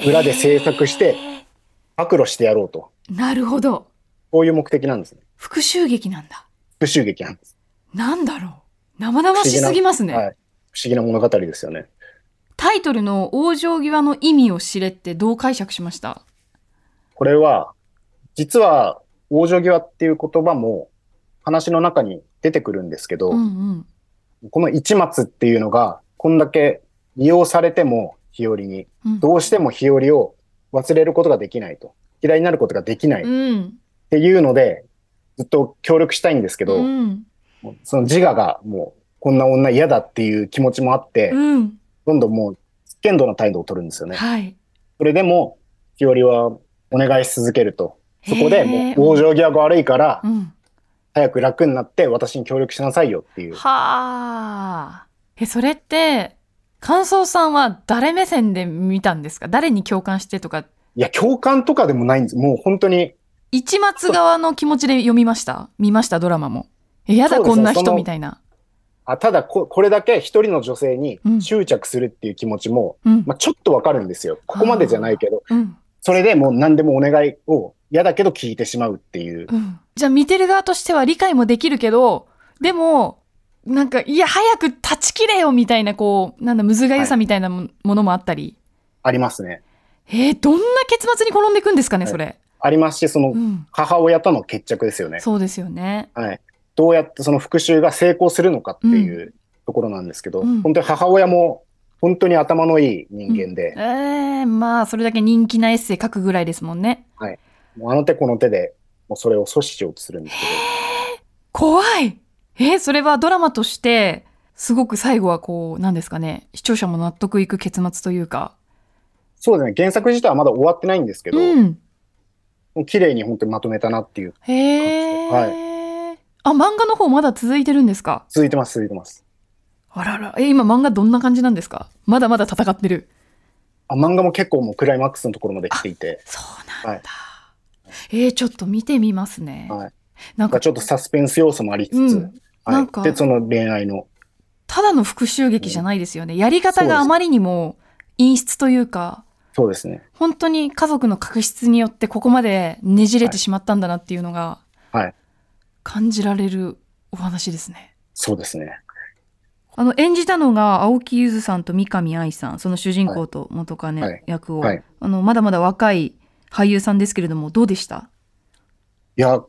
Speaker 2: 裏で制作し
Speaker 3: え
Speaker 2: て暴露してやろうと。
Speaker 3: ーなるほど。
Speaker 2: こういう目的なんですね。
Speaker 3: 復讐劇なんだ。
Speaker 2: 復讐劇なんです。
Speaker 3: なんだろう。生々しすぎますね。
Speaker 2: はい。不思議な物語ですよね。
Speaker 3: タイトルの往生際の意味を知れってどう解釈しました
Speaker 2: これは、実は、往生際っていう言葉も話の中に出てくるんですけど、
Speaker 3: うんうん。
Speaker 2: この一松っていうのが、こんだけ利用されても日和に、
Speaker 3: うん
Speaker 2: どうしても日和を忘れることができないと、嫌いになることができないっ
Speaker 3: うん。
Speaker 2: ていうので、ずっと協力したいんですけど、
Speaker 3: うん。
Speaker 2: もうその自我がもう、こんな女嫌だっていう気持ちもあって、
Speaker 3: うん。
Speaker 2: どんどんもう、剣道の態度を取るんですよね。
Speaker 3: はい。
Speaker 2: それでも、日和はお願いし続けると。そこでも
Speaker 3: へー
Speaker 2: う、往生際が悪いから
Speaker 3: う、ん。
Speaker 2: 早く楽になって私に協力しなさいよっていう。
Speaker 3: はあ。え、それって、感想さんは誰目線で見たんですか誰に共感してとか、
Speaker 2: いや、共感とかでもないんです。もう本当に、
Speaker 3: 一末側の気持ちで読みました見ましたドラマも。え、やだ
Speaker 2: そうです
Speaker 3: こ
Speaker 2: ね
Speaker 3: んな
Speaker 2: そ
Speaker 3: 人
Speaker 2: の
Speaker 3: みたいな。
Speaker 2: あただこ、これだけ一人の女性に
Speaker 3: うん
Speaker 2: 執着するっていう気持ちも、
Speaker 3: うん。
Speaker 2: まあ、ちょっとわかるんですよ。ここまでじゃないけど、
Speaker 3: うん。
Speaker 2: それでもう何でもお願いを嫌だけど聞いてしまうっていう。
Speaker 3: うん。じゃあ見てる側としては理解もできるけど、でも、なんか、いや、早く断ち切れよみたいな、こう、なんだ、むずがゆさみたいなもものもあったり。
Speaker 2: ありますね。
Speaker 3: えーどんな結末に転んでいくんですかね、
Speaker 2: はい
Speaker 3: それ。
Speaker 2: ありますし、その
Speaker 3: うん。
Speaker 2: 母親との決着ですよね。
Speaker 3: そうですよね。
Speaker 2: はい。どうやってその復讐が成功するのかっていうところなんですけど、
Speaker 3: うん
Speaker 2: 本当に母親も本当に頭のいい人間で
Speaker 3: え、えまあ、それだけ人気なエッセイ書くぐらいですもんね。
Speaker 2: もうあの手この手でもうそれを阻止しようとするんですけど、
Speaker 3: 怖いえーそれはドラマとして、すごく最後はこう、なんですかね、視聴者も納得いく結末というか。
Speaker 2: そうですね、原作自体はまだ終わってないんですけど、
Speaker 3: うん。
Speaker 2: もう綺麗に本当にまとめたなっていう、
Speaker 3: へえ、あ、漫画の方まだ続いてるんですか
Speaker 2: 続いてます、続いてます。
Speaker 3: あらら。え、今漫画どんな感じなんですかまだまだ戦ってる。
Speaker 2: あ漫画も結構もうクライマックスのところまで来ていて、
Speaker 3: そうなんだ。えーちょっと見てみますね。
Speaker 2: はい
Speaker 3: な
Speaker 2: なんんか
Speaker 3: か、
Speaker 2: ちょっとサスペンス要素もありつつ、
Speaker 3: うん
Speaker 2: は
Speaker 3: なんか
Speaker 2: い、で、その恋愛の、
Speaker 3: ただの復讐劇じゃないですよね。やり方があまりにも陰湿というか、
Speaker 2: そうですね、
Speaker 3: 本当に家族の確執によってここまでねじれてしまったんだなっていうのが、
Speaker 2: はい
Speaker 3: 感じられるお話ですね。
Speaker 2: そうですね。
Speaker 1: あの演じたのが青木ゆずさんと三上愛さんその主人公と元カ
Speaker 2: はい
Speaker 1: ネ役を、
Speaker 2: はい
Speaker 1: あのまだまだ若い俳優さんですけれどもどうでした
Speaker 2: いや、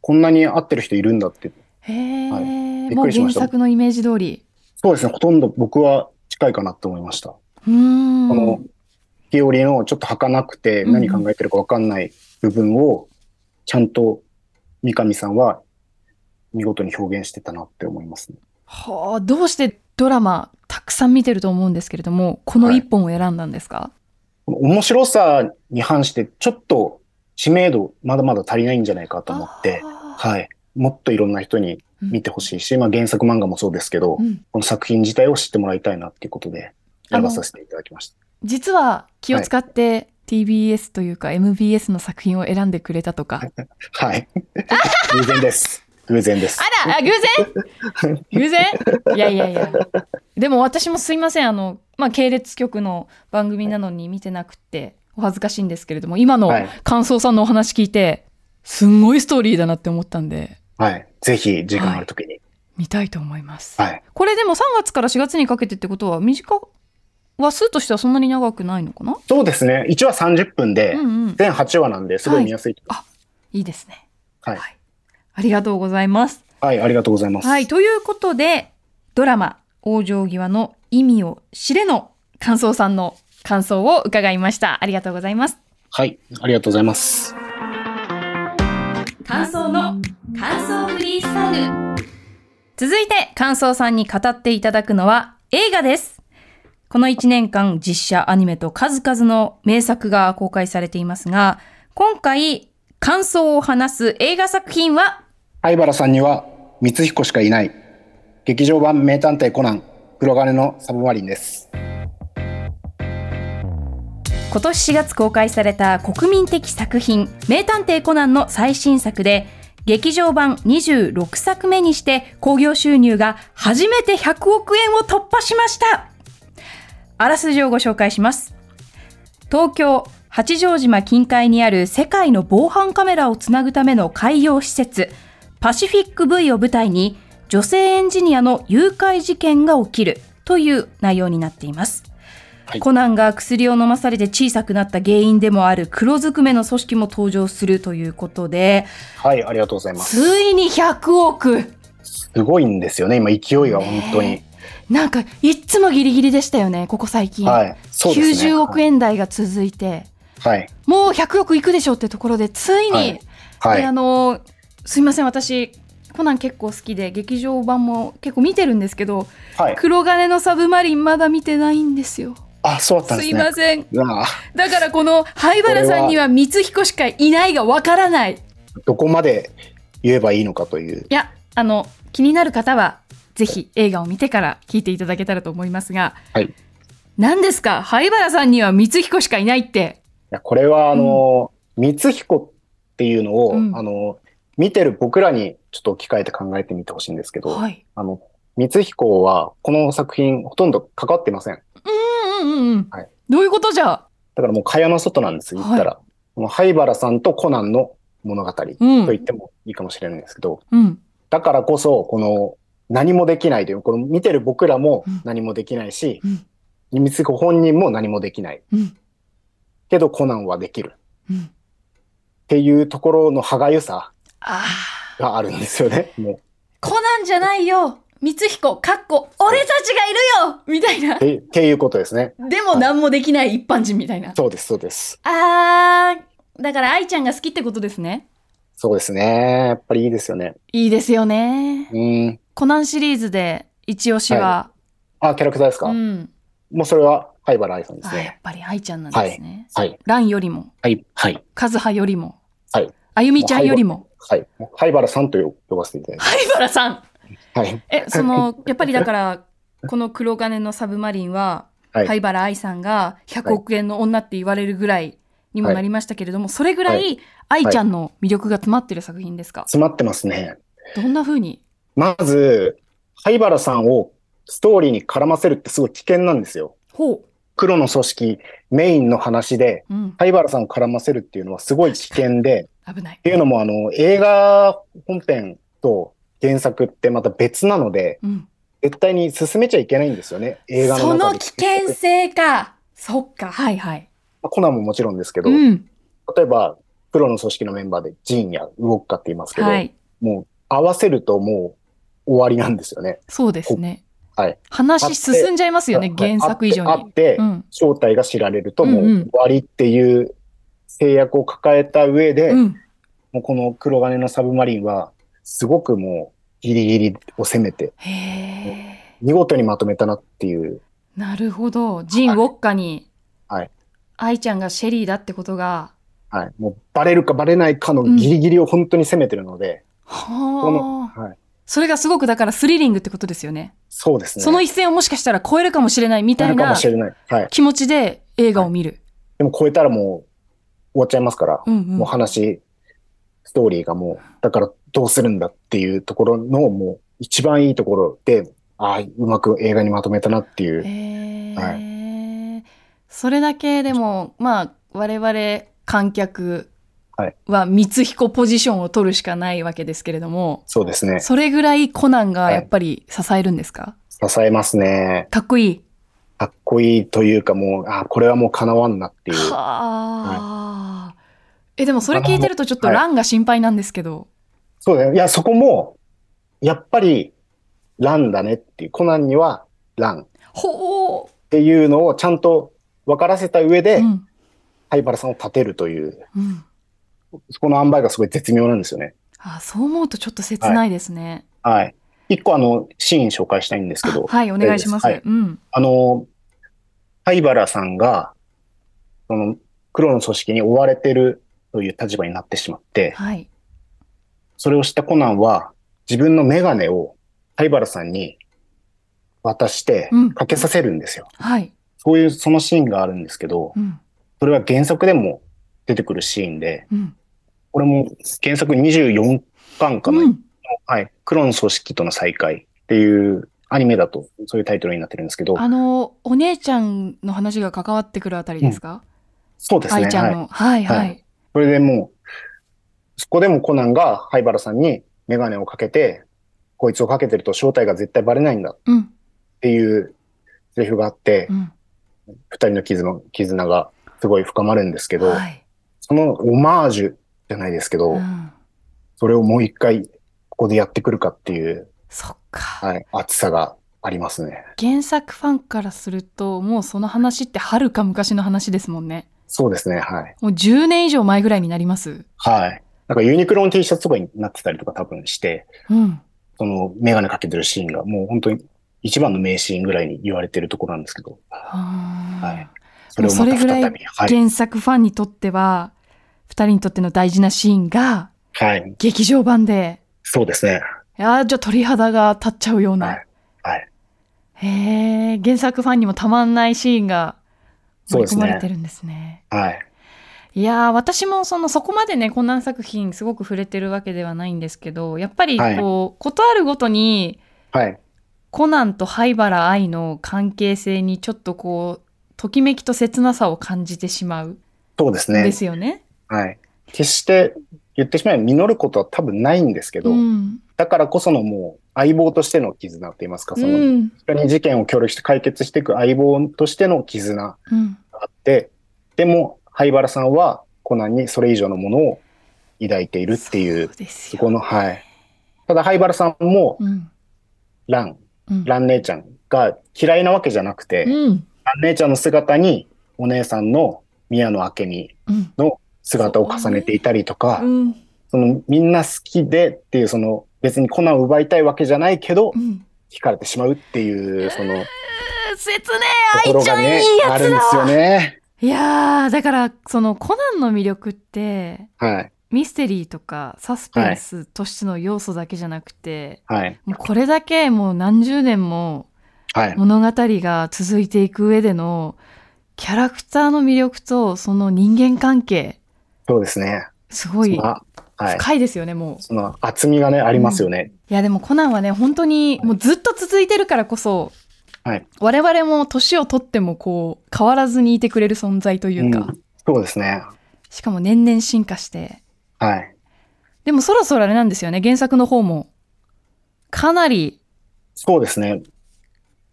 Speaker 2: こんなに合ってる人いるんだって、
Speaker 3: へえ、
Speaker 2: はいびっ
Speaker 3: も
Speaker 2: く
Speaker 3: う
Speaker 2: りしま
Speaker 3: 原
Speaker 2: した
Speaker 3: 作のイメージ通り。
Speaker 2: そうですね、ほとんど僕は近いかなって思いました。
Speaker 3: うーん。
Speaker 2: この日和のちょっと儚くて
Speaker 3: うん
Speaker 2: 何考えてるか分かんない部分をちゃんと三上さんは見事に表現してたなって思いますね。
Speaker 3: はあ、どうしてドラマたくさん見てると思うんですけれども、この一本を選んだんですか、
Speaker 2: この面白さに反して、ちょっと知名度まだまだ足りないんじゃないかと思って、
Speaker 3: あー
Speaker 2: はい。もっといろんな人に見てほしいし、まあ原作漫画もそうですけど、
Speaker 3: うん
Speaker 2: この作品自体を知ってもらいたいなっていうことで、
Speaker 3: あ
Speaker 2: 選
Speaker 3: の
Speaker 2: ばさせていただきました。
Speaker 3: 実は気を使って TBS というか MBS の作品を選んでくれたとか。 [laughs]
Speaker 2: はい。偶然です。偶然です。
Speaker 3: あら、あ偶
Speaker 2: [laughs]
Speaker 3: 然偶然いやいやいや。でも私もすいません、あの、まあ、系列局の番組なのに見てなくて、お恥ずかしいんですけれども、今の
Speaker 2: はい。
Speaker 3: 感想さんのお話聞いて、すんごいストーリーだなって思ったんで、
Speaker 2: はい。ぜひ、時間あるときに。
Speaker 3: 見たいと思います。
Speaker 2: はい。
Speaker 3: これでも3月から4月にかけてってことは、短話数としてはそんなに長くないのかな
Speaker 2: そうですね。1話30分で
Speaker 3: う、んうん。
Speaker 2: 全8話なんで、すごい見やすいと思います。
Speaker 3: いいですね。
Speaker 2: はい
Speaker 3: ありがとうございます。
Speaker 2: はい、ありがとうございます。
Speaker 3: はい、ということで、ドラマ、往生際の意味を知れの感想さんの感想を伺いました。ありがとうございます。
Speaker 2: はい、ありがとうございます。
Speaker 1: 感想の感想フリースタイル
Speaker 3: 続いて、感想さんに語っていただくのは映画です。この1年間、実写アニメと数々の名作が公開されていますが、今回、感想を話す映画作品は
Speaker 2: 相原さんには、光彦しかいない。劇場版名探偵コナン、黒金のサブマリンです。
Speaker 3: 今年4月公開された国民的作品「名探偵コナン」の最新作で劇場版26作目にして興行収入が初めて100億円を突破しましたあらすじをご紹介します東京八丈島近海にある世界の防犯カメラをつなぐための海洋施設パシフィック V を舞台に女性エンジニアの誘拐事件が起きるという内容になっています
Speaker 2: はい
Speaker 3: コナンが薬を飲まされて小さくなった原因でもある黒ずくめの組織も登場するということで、
Speaker 2: はい、ありがとうございます。
Speaker 3: ついに100億
Speaker 2: すごいんですよね、今、勢いが本当に。
Speaker 3: なんか、いっつもギリギリでしたよね、ここ最近。
Speaker 2: はい、そうですね。
Speaker 3: 90億円台が続いて、
Speaker 2: はい、
Speaker 3: もう100億いくでしょうってところで、ついに、
Speaker 2: はいは
Speaker 3: であ
Speaker 2: い、
Speaker 3: のすいません、私、コナン結構好きで、劇場版も結構見てるんですけど、
Speaker 2: はい。
Speaker 3: 黒金のサブマリン、まだ見てないんですよ。
Speaker 2: あ、そうだったん
Speaker 3: す
Speaker 2: です
Speaker 3: い
Speaker 2: ね。
Speaker 3: ません。
Speaker 2: うわあ
Speaker 3: だからこの灰原さんには光彦しかいないがわからない。い
Speaker 2: どこまで言えばいいのかという。
Speaker 3: や、あの、気になる方は、ぜひ映画を見てから聞いていただけたらと思いますが、
Speaker 2: はい
Speaker 3: 何ですか灰原さんには光彦しかいないって。
Speaker 2: いやこれはあの、光彦っていうのを、
Speaker 3: うん
Speaker 2: あの見てる僕らにちょっと置き換えて考えてみてほしいんですけど、
Speaker 3: はい。
Speaker 2: あの光彦はこの作品ほとんど関わってませんだ
Speaker 3: うんうんうん。
Speaker 2: はい
Speaker 3: どういうことじゃあ
Speaker 2: からもう蚊帳の外なんです言ったら、この灰原さんとコナンの物語と
Speaker 3: うん。
Speaker 2: 言ってもいいかもしれないんですけど、
Speaker 3: うん。
Speaker 2: だからこそこの何もできないというこの見てる僕らも何もできないし、
Speaker 3: うん
Speaker 2: 光彦本人も何もできない
Speaker 3: うん。
Speaker 2: けどコナンはできる
Speaker 3: うん。
Speaker 2: っていうところの歯がゆさ
Speaker 3: ああ。
Speaker 2: があるんですよね。もう
Speaker 3: コナンじゃないよ光彦、かっこ、俺たちがいるよみたいな
Speaker 2: っ。てっていうことですね。
Speaker 3: でも何もできない一般人みたいな。
Speaker 2: そうです、そうです。
Speaker 3: あー、だから愛ちゃんが好きってことですね。
Speaker 2: そうですね。やっぱりいいですよね。
Speaker 3: いいですよね。
Speaker 2: うん。
Speaker 3: コナンシリーズで一押しは、
Speaker 2: あ、キャラクターですか、
Speaker 3: うん、
Speaker 2: もうそれは灰原愛さんです
Speaker 3: あやっ
Speaker 2: ね。
Speaker 3: ぱり愛ちゃんなんですね。
Speaker 2: はい。
Speaker 3: ランよりも、
Speaker 2: はい。はい。
Speaker 3: カズハよりも、
Speaker 2: はい
Speaker 3: あゆみちゃんよりも、
Speaker 2: はい。もう灰原さんと呼呼ばせていただいて。
Speaker 3: 灰原さん。
Speaker 2: はい。
Speaker 3: え、その、やっぱりだから、この黒金のサブマリンは、
Speaker 2: はい
Speaker 3: 灰原愛さんが100億円の女って言われるぐらいにもなりましたけれども、それぐら
Speaker 2: はい
Speaker 3: 愛ちゃんの魅力が詰まってる作品ですか、
Speaker 2: 詰まってますね。
Speaker 3: どんな風に
Speaker 2: まず、灰原さんをストーリーに絡ませるってすごい危険なんですよ。
Speaker 3: ほ
Speaker 2: 黒の組織、メインの話で、
Speaker 3: う。うん。
Speaker 2: 灰原さんを絡ませるっていうのはすごい危険で、
Speaker 3: 危ない
Speaker 2: っ。ていうのも、あの、映画本編と原作ってまた別なので、
Speaker 3: うん。
Speaker 2: 絶対に進めちゃいけないんですよね。映画の
Speaker 3: そ
Speaker 2: 中
Speaker 3: の
Speaker 2: で。
Speaker 3: 危険性か。そっか。はいはい。
Speaker 2: まあコナンももちろんですけど、
Speaker 3: うん。
Speaker 2: 例えば、プロの組織のメンバーでジーンやウォッカって言いますけど、
Speaker 3: はい。
Speaker 2: もう合わせるともう終わりなんですよね。
Speaker 3: そうですね。
Speaker 2: はい
Speaker 3: 話進んじゃいますよね、
Speaker 2: はい
Speaker 3: 原作以上
Speaker 2: あっ
Speaker 3: に。
Speaker 2: て、あって
Speaker 3: うん。
Speaker 2: 正体が知られるともう
Speaker 3: うんうん
Speaker 2: 終わりっていう制約を抱えた上で、
Speaker 3: うん。
Speaker 2: もうこの黒金のサブマリンは、すごくもう、ギリギリを攻めて、
Speaker 3: へえ。
Speaker 2: 見事にまとめたなっていう、
Speaker 3: なるほど。ジン・ウォッカに、
Speaker 2: はい。
Speaker 3: 愛ちゃんがシェリーだってことが、
Speaker 2: はい、もうバレるかバレないかのギリギリを本当に攻めてるので、
Speaker 3: はあ。
Speaker 2: はい、
Speaker 3: それがすごくだからスリリングってことですよね。
Speaker 2: そうですね。
Speaker 3: その一線をもしかしたら超えるかもしれないみた
Speaker 2: ないるかも
Speaker 3: な
Speaker 2: しれない。はい。
Speaker 3: 気持ちで映画を見る。
Speaker 2: でも超えたらもう終わっちゃいますから、
Speaker 3: うんうん。
Speaker 2: もう話、ストーリーがもう、だからどうするんだっていうところの、もう一番いいところで、ああ、うまく映画にまとめたなっていう。
Speaker 3: へ
Speaker 2: は
Speaker 3: え、それだけでもまあ我々観客
Speaker 2: はい
Speaker 3: は光彦ポジションを取るしかないわけですけれども、
Speaker 2: そうですね。
Speaker 3: それぐらいコナンがやっぱり支えるんですか、
Speaker 2: 支えますね。
Speaker 3: かっこいい。
Speaker 2: かっこいいというか、もう、ああ、これはもう叶わんなっていう。
Speaker 3: はあ、えでもそれ聞いてるとちょっとランが心配なんですけど、
Speaker 2: そうだね。いや、そこも、やっぱり、ランだねっていう、コナンにはランっ
Speaker 3: ほ
Speaker 2: ていうのをちゃんと分からせた上
Speaker 3: う、
Speaker 2: で、
Speaker 3: うん
Speaker 2: 灰原さんを立てるという、
Speaker 3: うん、
Speaker 2: そこの塩梅がすごい絶妙なんですよね。
Speaker 3: あそう思うとちょっと切ないですね。
Speaker 2: はい。一個あの、シーン紹介したいんですけど、
Speaker 3: あはい、お願いします。
Speaker 2: 大丈夫で
Speaker 3: うん、
Speaker 2: あの、灰原さんが、その、黒の組織に追われてるという立場になってしまって、
Speaker 3: はい、
Speaker 2: それを知ったコナンは、自分のメガネを灰原さんに渡して
Speaker 3: うん、
Speaker 2: かけさせるんですよ。
Speaker 3: はい、
Speaker 2: そういう、そのシーンがあるんですけど
Speaker 3: う、ん、
Speaker 2: それは原作でも出てくるシーンで、
Speaker 3: うん、
Speaker 2: これも原作24巻かな、
Speaker 3: うん、
Speaker 2: はい。黒の組織との再会っていうアニメだと、そういうタイトルになってるんですけど、
Speaker 3: あのお姉ちゃんの話が関わってくるあたりですか、
Speaker 2: そうですね。
Speaker 3: 愛ちゃん
Speaker 2: はい。
Speaker 3: の、はい、はい、
Speaker 2: はいそれでもう、そこでもコナンが灰原さんにメガネをかけて、こいつをかけてると正体が絶対バレないんだっ
Speaker 3: うん、
Speaker 2: ていうセリフがあって
Speaker 3: う、ん、
Speaker 2: 二、人の絆絆がすごい深まるんですけど、
Speaker 3: はい、
Speaker 2: そのオマージュじゃないですけど、
Speaker 3: うん、
Speaker 2: それをもう一回ここでやってくるかっていう、
Speaker 3: そっか、
Speaker 2: はい、熱さがありますね。
Speaker 3: 原作ファンからするともうその話ってはるか昔の話ですもんね。
Speaker 2: そうですね、はい。
Speaker 3: もう10年以上前ぐらいになります。
Speaker 2: はい。なんかユニクロの T シャツとかになってたりとか多分して、
Speaker 3: うん、
Speaker 2: そのメガネかけてるシーンがもう本当に一番の名シーンぐらいに言われてるところなんですけど、
Speaker 3: はい
Speaker 2: いそれをまた再び、
Speaker 3: もうそれぐ
Speaker 2: はい。
Speaker 3: 原作ファンにとっては2人にとっての大事なシーンが
Speaker 2: はい。
Speaker 3: 劇場版で
Speaker 2: そうですね。
Speaker 3: ああじゃあ鳥肌が立っちゃうような、
Speaker 2: はいはい
Speaker 3: へえ原作ファンにもたまんないシーンが
Speaker 2: そ
Speaker 3: 盛り
Speaker 2: うです
Speaker 3: 込
Speaker 2: ね
Speaker 3: まれてるんですね。
Speaker 2: はい。
Speaker 3: いやー私もそのそこまでねコナン作品すごく触れてるわけではないんですけどやっぱりこ、
Speaker 2: はいう
Speaker 3: ことあるごとに
Speaker 2: はい。
Speaker 3: コナンと灰原愛の関係性にちょっとこうときめきと切なさを感じてしまうん
Speaker 2: そうですね。
Speaker 3: ですよね。
Speaker 2: はい。決して言ってしまえば実ることは多分ないんですけど、
Speaker 3: うん、
Speaker 2: だからこそのもう相棒としての絆と言いますか、
Speaker 3: う
Speaker 2: その
Speaker 3: ん
Speaker 2: 人に事件を協力して解決していく相棒としての絆が
Speaker 3: うん
Speaker 2: あって、でも灰原さんはコナンにそれ以上のものを抱いているっていう、
Speaker 3: そうです
Speaker 2: そ
Speaker 3: よ
Speaker 2: この、はい。ただ灰原さんも
Speaker 3: うん
Speaker 2: ラン、
Speaker 3: うん
Speaker 2: ラン姉ちゃんが嫌いなわけじゃなくて、
Speaker 3: うん
Speaker 2: 姉ちゃんの姿にお姉さんの宮野明美
Speaker 3: うん
Speaker 2: の姿を重ねていたりとか、
Speaker 3: うん
Speaker 2: そのみんな好きでっていうその別にコナンを奪いたいわけじゃないけど
Speaker 3: うん
Speaker 2: 惹かれてしまうっていうその
Speaker 3: 切ねえ愛
Speaker 2: ところ
Speaker 3: ちゃ
Speaker 2: が
Speaker 3: んいい
Speaker 2: ねあ
Speaker 3: や
Speaker 2: る
Speaker 3: つ
Speaker 2: ん
Speaker 3: だ
Speaker 2: ですよ
Speaker 3: わ
Speaker 2: ね。
Speaker 3: いやーだからそのコナンの魅力って
Speaker 2: はい
Speaker 3: ミステリーとかサスペンスとしての要素だけじゃなくて、
Speaker 2: はい
Speaker 3: もうこれだけもう何十年も
Speaker 2: はい
Speaker 3: 物語が続いていく上でのキャラクターの魅力とその人間関係
Speaker 2: そうですね。
Speaker 3: すごい
Speaker 2: あはい
Speaker 3: 深いですよね、もう
Speaker 2: その厚みがねありますよね。
Speaker 3: いやでもコナンはね本当にもうずっと続いてるからこそ、
Speaker 2: はい
Speaker 3: 我々も年を取ってもこう変わらずにいてくれる存在というか、
Speaker 2: うんそうですね。
Speaker 3: しかも年々進化して
Speaker 2: はい
Speaker 3: でもそろそろあれなんですよね原作の方もかなり
Speaker 2: そうですね。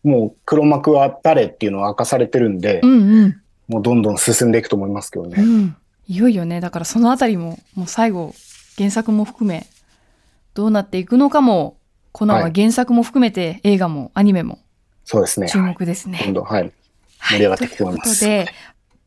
Speaker 2: もう黒幕は誰っていうのは明かされてるんで
Speaker 3: う、んうん
Speaker 2: もうどんどん進んでいくと思いますけど
Speaker 3: う
Speaker 2: ね。
Speaker 3: ん、いよいよねだからそのあたりももう最後原作も含めどうなっていくのかもコナン
Speaker 2: は
Speaker 3: はい原作も含めて映画もアニメも
Speaker 2: そうですね。
Speaker 3: 注目ですね。
Speaker 2: 今度はい
Speaker 3: はい
Speaker 2: 盛り上がっていくと思います
Speaker 3: ということで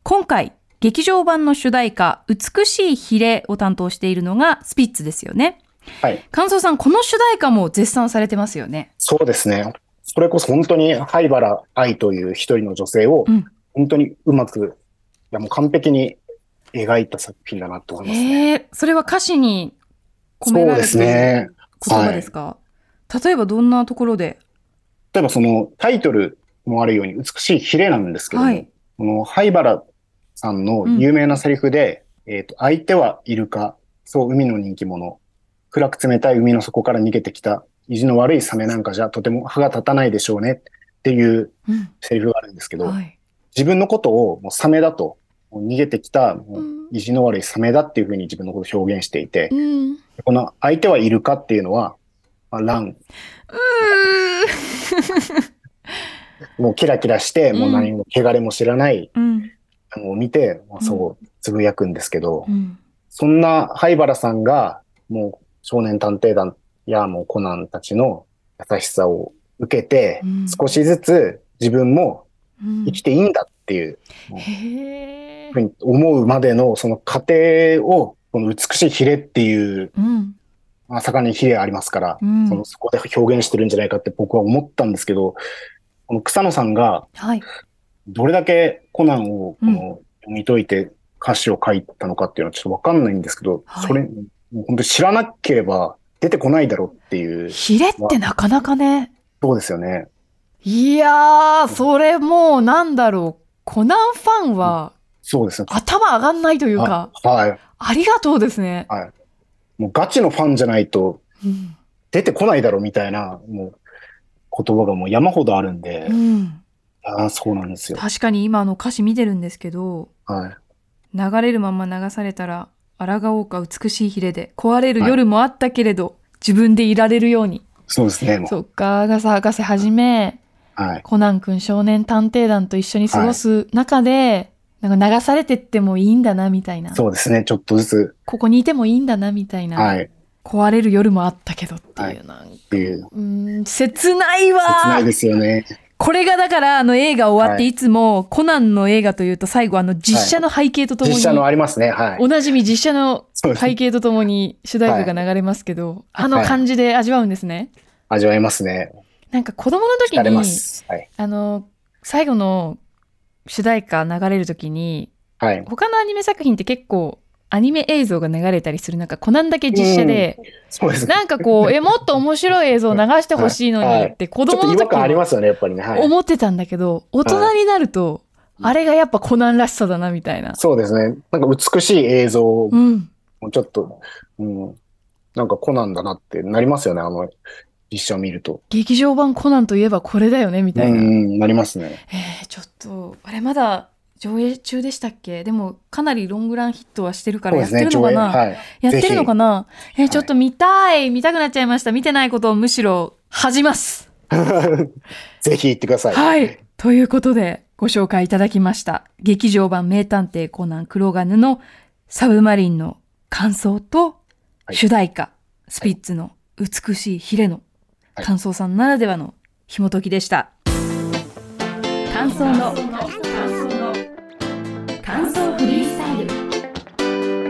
Speaker 1: 今回劇場版の主題歌「美しいヒレ」を担当しているのがスピッツですよね
Speaker 2: はい。
Speaker 3: 感想さん、この主題歌も絶賛されてますよね。
Speaker 2: そうですね。それこそ本当に灰原愛という一人の女性を、本当にうまく、うん、いやもう完璧に描いた作品だなと思いますね。
Speaker 3: えー、それは歌詞に込められてる言葉ですか、ねはい、例えばどんなところで
Speaker 2: 例えばそのタイトルもあるように美しい比例なんですけども、はい、この灰原さんの有名なセリフで、うん、えっ、と、相手はイルカ、そう海の人気者、暗く冷たい海の底から逃げてきた意地の悪いサメなんかじゃとても歯が立たないでしょうねっていうセリフがあるんですけど、うんはい、自分のことをもうサメだと、逃げてきた意地の悪いサメだっていうふうに自分のことを表現していて、うん、この相手はイルカっていうのは、まあ、ラン。うもうキラキラして、もう何も汚れも知らない、うん、のを見て、まあ、そうつぶやくんですけど、うん、そんな灰原さんが、もう少年探偵団やもうコナンたちの優しさを受けて、うん、少しずつ自分も生きていいんだっていう、うん、思うまでのその過程を、この美しいヒレっていう、うん、まあ、盛んにヒレありますから、うん、そのそこで表現してるんじゃないかって僕は思ったんですけど、この草野さんが、どれだけコナンをこの読み解いて歌詞を書いたのかっていうのはちょっとわかんないんですけど、はい、それ、本当知らなければ出てこないだろうっていう。
Speaker 3: ヒレってなかなかね。
Speaker 2: そうですよね。
Speaker 3: いやー、それもうなんだろう。コナンファンは、
Speaker 2: そうですね。
Speaker 3: 頭上がんないというか、
Speaker 2: はい。
Speaker 3: ありがとうですね。
Speaker 2: はい。もうガチのファンじゃないと、出てこないだろうみたいな、もう、言葉がもう山ほどあるんで、うん。ああ、そうなんですよ。
Speaker 3: 確かに今の歌詞見てるんですけど、
Speaker 2: はい。
Speaker 3: 流れるまま流されたら、抗おうか美しいヒレで、壊れる夜もあったけれど、はい、自分でいられるように。
Speaker 2: そうですね。
Speaker 3: そっか、ガサ博士はじめ、
Speaker 2: はい、
Speaker 3: コナン君少年探偵団と一緒に過ごす中で、はい、なんか流されてってもいいんだな、みたいな。
Speaker 2: そうですね、ちょっとずつ。
Speaker 3: ここにいてもいいんだな、みたいな。
Speaker 2: はい、
Speaker 3: 壊れる夜もあったけどっていう、なん、
Speaker 2: っていう。うん
Speaker 3: 切ないわ
Speaker 2: 切ないですよね。
Speaker 3: これがだからあの映画終わっていつもコナンの映画というと最後あの実写の背景とともに、
Speaker 2: 実写のありますねはい
Speaker 3: おなじみ実写の背景とともに主題歌が流れますけど、あの感じで味わうんですね、
Speaker 2: 味わえますね
Speaker 3: なんか子供の時に、はい、あの最後の主題歌流れる時に、
Speaker 2: はい、
Speaker 3: 他のアニメ作品って結構アニメ映像が流れたりする中コナンだけ実写で,
Speaker 2: うん、で
Speaker 3: なんかこうえもっと面白い映像流してほしいのにって子供の時思ってたんだけど大人になると、あれがやっぱコナンらしさだなみたいな
Speaker 2: そうですねなんか美しい映像をちょっと、うん、うん、なんかコナンだなってなりますよねあの実写を見ると、
Speaker 3: 劇場版コナンといえばこれだよねみたいな、うん
Speaker 2: なりますね
Speaker 3: えー、ちょっとあれまだ上映中でしたっけでもかなりロングランヒットはしてるからやってるのかな、ねはい、やってるのかなえちょっと見たい、はい、見たくなっちゃいました見てないことをむしろ恥じます
Speaker 2: ぜひ行ってください
Speaker 3: はいということでご紹介いただきました劇場版名探偵コナン黒金のサブマリンの感想と主題歌、はい、スピッツの美しいヒレの感想さんならではの紐解きでした、感想の感想フリースタイル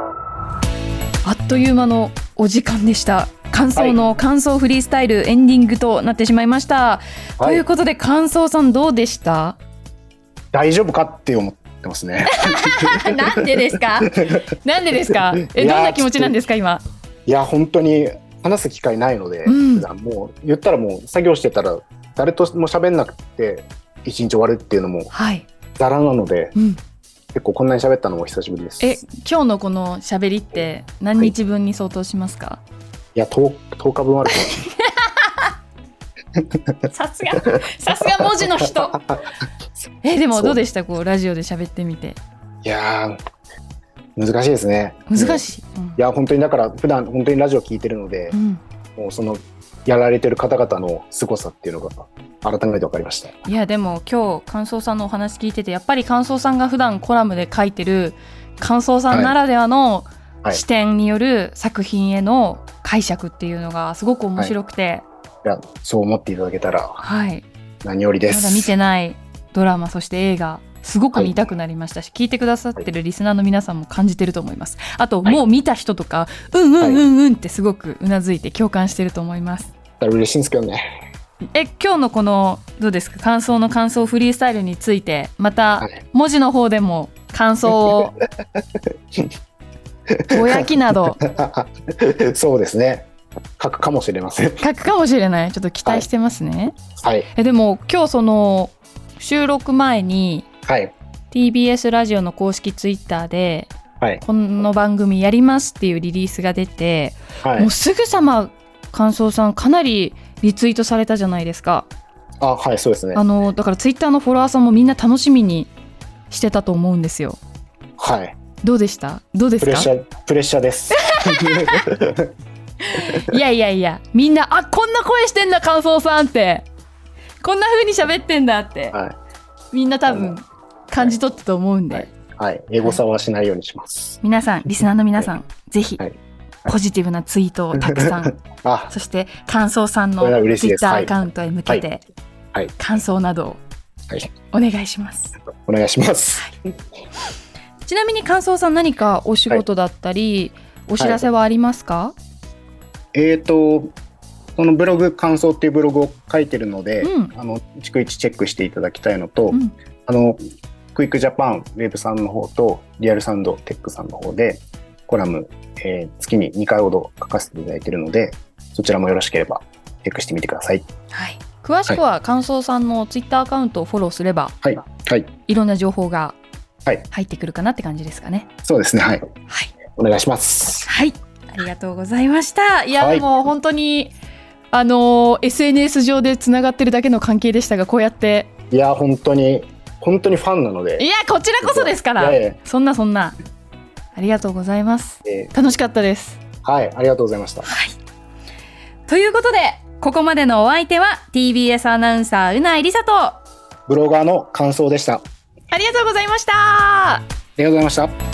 Speaker 3: あっという間のお時間でした感想の感想フリースタイル、はい、エンディングとなってしまいました、はい、ということで感想さんどうでした
Speaker 2: 大丈夫かって思ってますね
Speaker 3: [laughs] なんでですか [laughs] なんでですかえどんな気持ちなんですか今
Speaker 2: いや本当に話す機会ないので、うん、もう言ったらもう作業してたら誰とも喋んなくて一日終わるっていうのもざらなので、はいうん、結構こんなに喋ったのも久しぶりです、
Speaker 3: え今日のこの喋りって何日分に相当しますか、はい
Speaker 2: いや 10, 10日分ある
Speaker 3: さすがさすが文字の人 [laughs] えでもどうでしたこうラジオで喋ってみて
Speaker 2: いや難しいですね
Speaker 3: 難しい、うん、い
Speaker 2: や本当にだから普段本当にラジオ聞いてるので、うん、もうそのやられてる方々の凄さっていうのが改めて分かりました
Speaker 3: いやでも今日感想さんのお話聞いててやっぱり感想さんが普段コラムで書いてる感想さんならではの、視点による作品への解釈っていうのがすごく面白くて、
Speaker 2: はい、いやそう思っていただけたら、
Speaker 3: はい、
Speaker 2: 何よりです
Speaker 3: まだ見てないドラマそして映画すごく見たくなりましたし、聞いてくださってるリスナーの皆さんも感じてると思いますあと、もう見た人とかうんうんうんうんってすごくうなずいて共感してると思います
Speaker 1: 嬉しいんですけど
Speaker 2: [laughs]
Speaker 1: ね
Speaker 3: え今日のこのどうですか感想の感想フリースタイルについてまた文字の方でも感想
Speaker 1: [laughs]
Speaker 3: をぼやきなど
Speaker 1: そうですね書くかもしれません
Speaker 3: 書くかもしれないちょっと期待してますね、
Speaker 1: はい、
Speaker 3: えでも今日その収録前に、
Speaker 1: はい、
Speaker 3: TBS ラジオの公式ツイッターで、
Speaker 1: はい、
Speaker 3: この番組やりますっていうリリースが出て、
Speaker 1: はい、
Speaker 3: もうすぐさま感想さんかなりリツイートされたじゃないですか
Speaker 1: あはいそうですね
Speaker 3: あのだからツイッターのフォロワーさんもみんな楽しみにしてたと思うんですよ
Speaker 1: はい
Speaker 3: どうでしたどうです
Speaker 1: かプレッシャーです [laughs]
Speaker 3: いやいやいやみんなあこんな声してんだ感想さんってこんな風に喋ってんだって、
Speaker 1: はい、
Speaker 3: みんな多分感じ取ったと思うんで、
Speaker 1: はいはい、エゴサはしないようにします、
Speaker 3: はい、皆さんリスナーの皆さん、はい、ぜひ、ポジティブなツイートをたくさん
Speaker 1: [laughs]
Speaker 3: そして感想さんのツイッターアカウントへ向けて、感想などをお願いします、
Speaker 1: お願いします、
Speaker 3: ちなみに感想さん何かお仕事だったり、お知らせはありますか、
Speaker 1: えっ、ー、とこのブログ感想っていうブログを書いてるので、
Speaker 3: うん、
Speaker 1: あの逐一チェックしていただきたいのと、うん、あのクイックジャパンウェブさんの方とリアルサンドテックさんの方でコラム、えー、月に2回ほど書かせていただいてるのでそちらもよろしければチェックしてみてください。
Speaker 3: はい、詳しくは感想さんのツイッターアカウントをフォローすれば、
Speaker 1: はいはい、
Speaker 3: いろんな情報が入ってくるかなって感じですかね。
Speaker 1: はい、そうですね、はい、
Speaker 3: はい、
Speaker 1: お願いします。
Speaker 3: はいありがとうございました。いや、はい、もう本当にあの SNS 上でつながってるだけの関係でしたが、こうやって
Speaker 1: いや本当に本当にファンなので
Speaker 3: いやこちらこそですから。いやいやそんなそんなありがとうございます、えー、楽しかったです。
Speaker 1: はいありがとうございました。
Speaker 3: はい、ということでここまでのお相手は TBS アナウンサーうなえりさと
Speaker 1: ブロガーの感想でした。
Speaker 3: ありがとうございました。あ
Speaker 1: りがとうございました。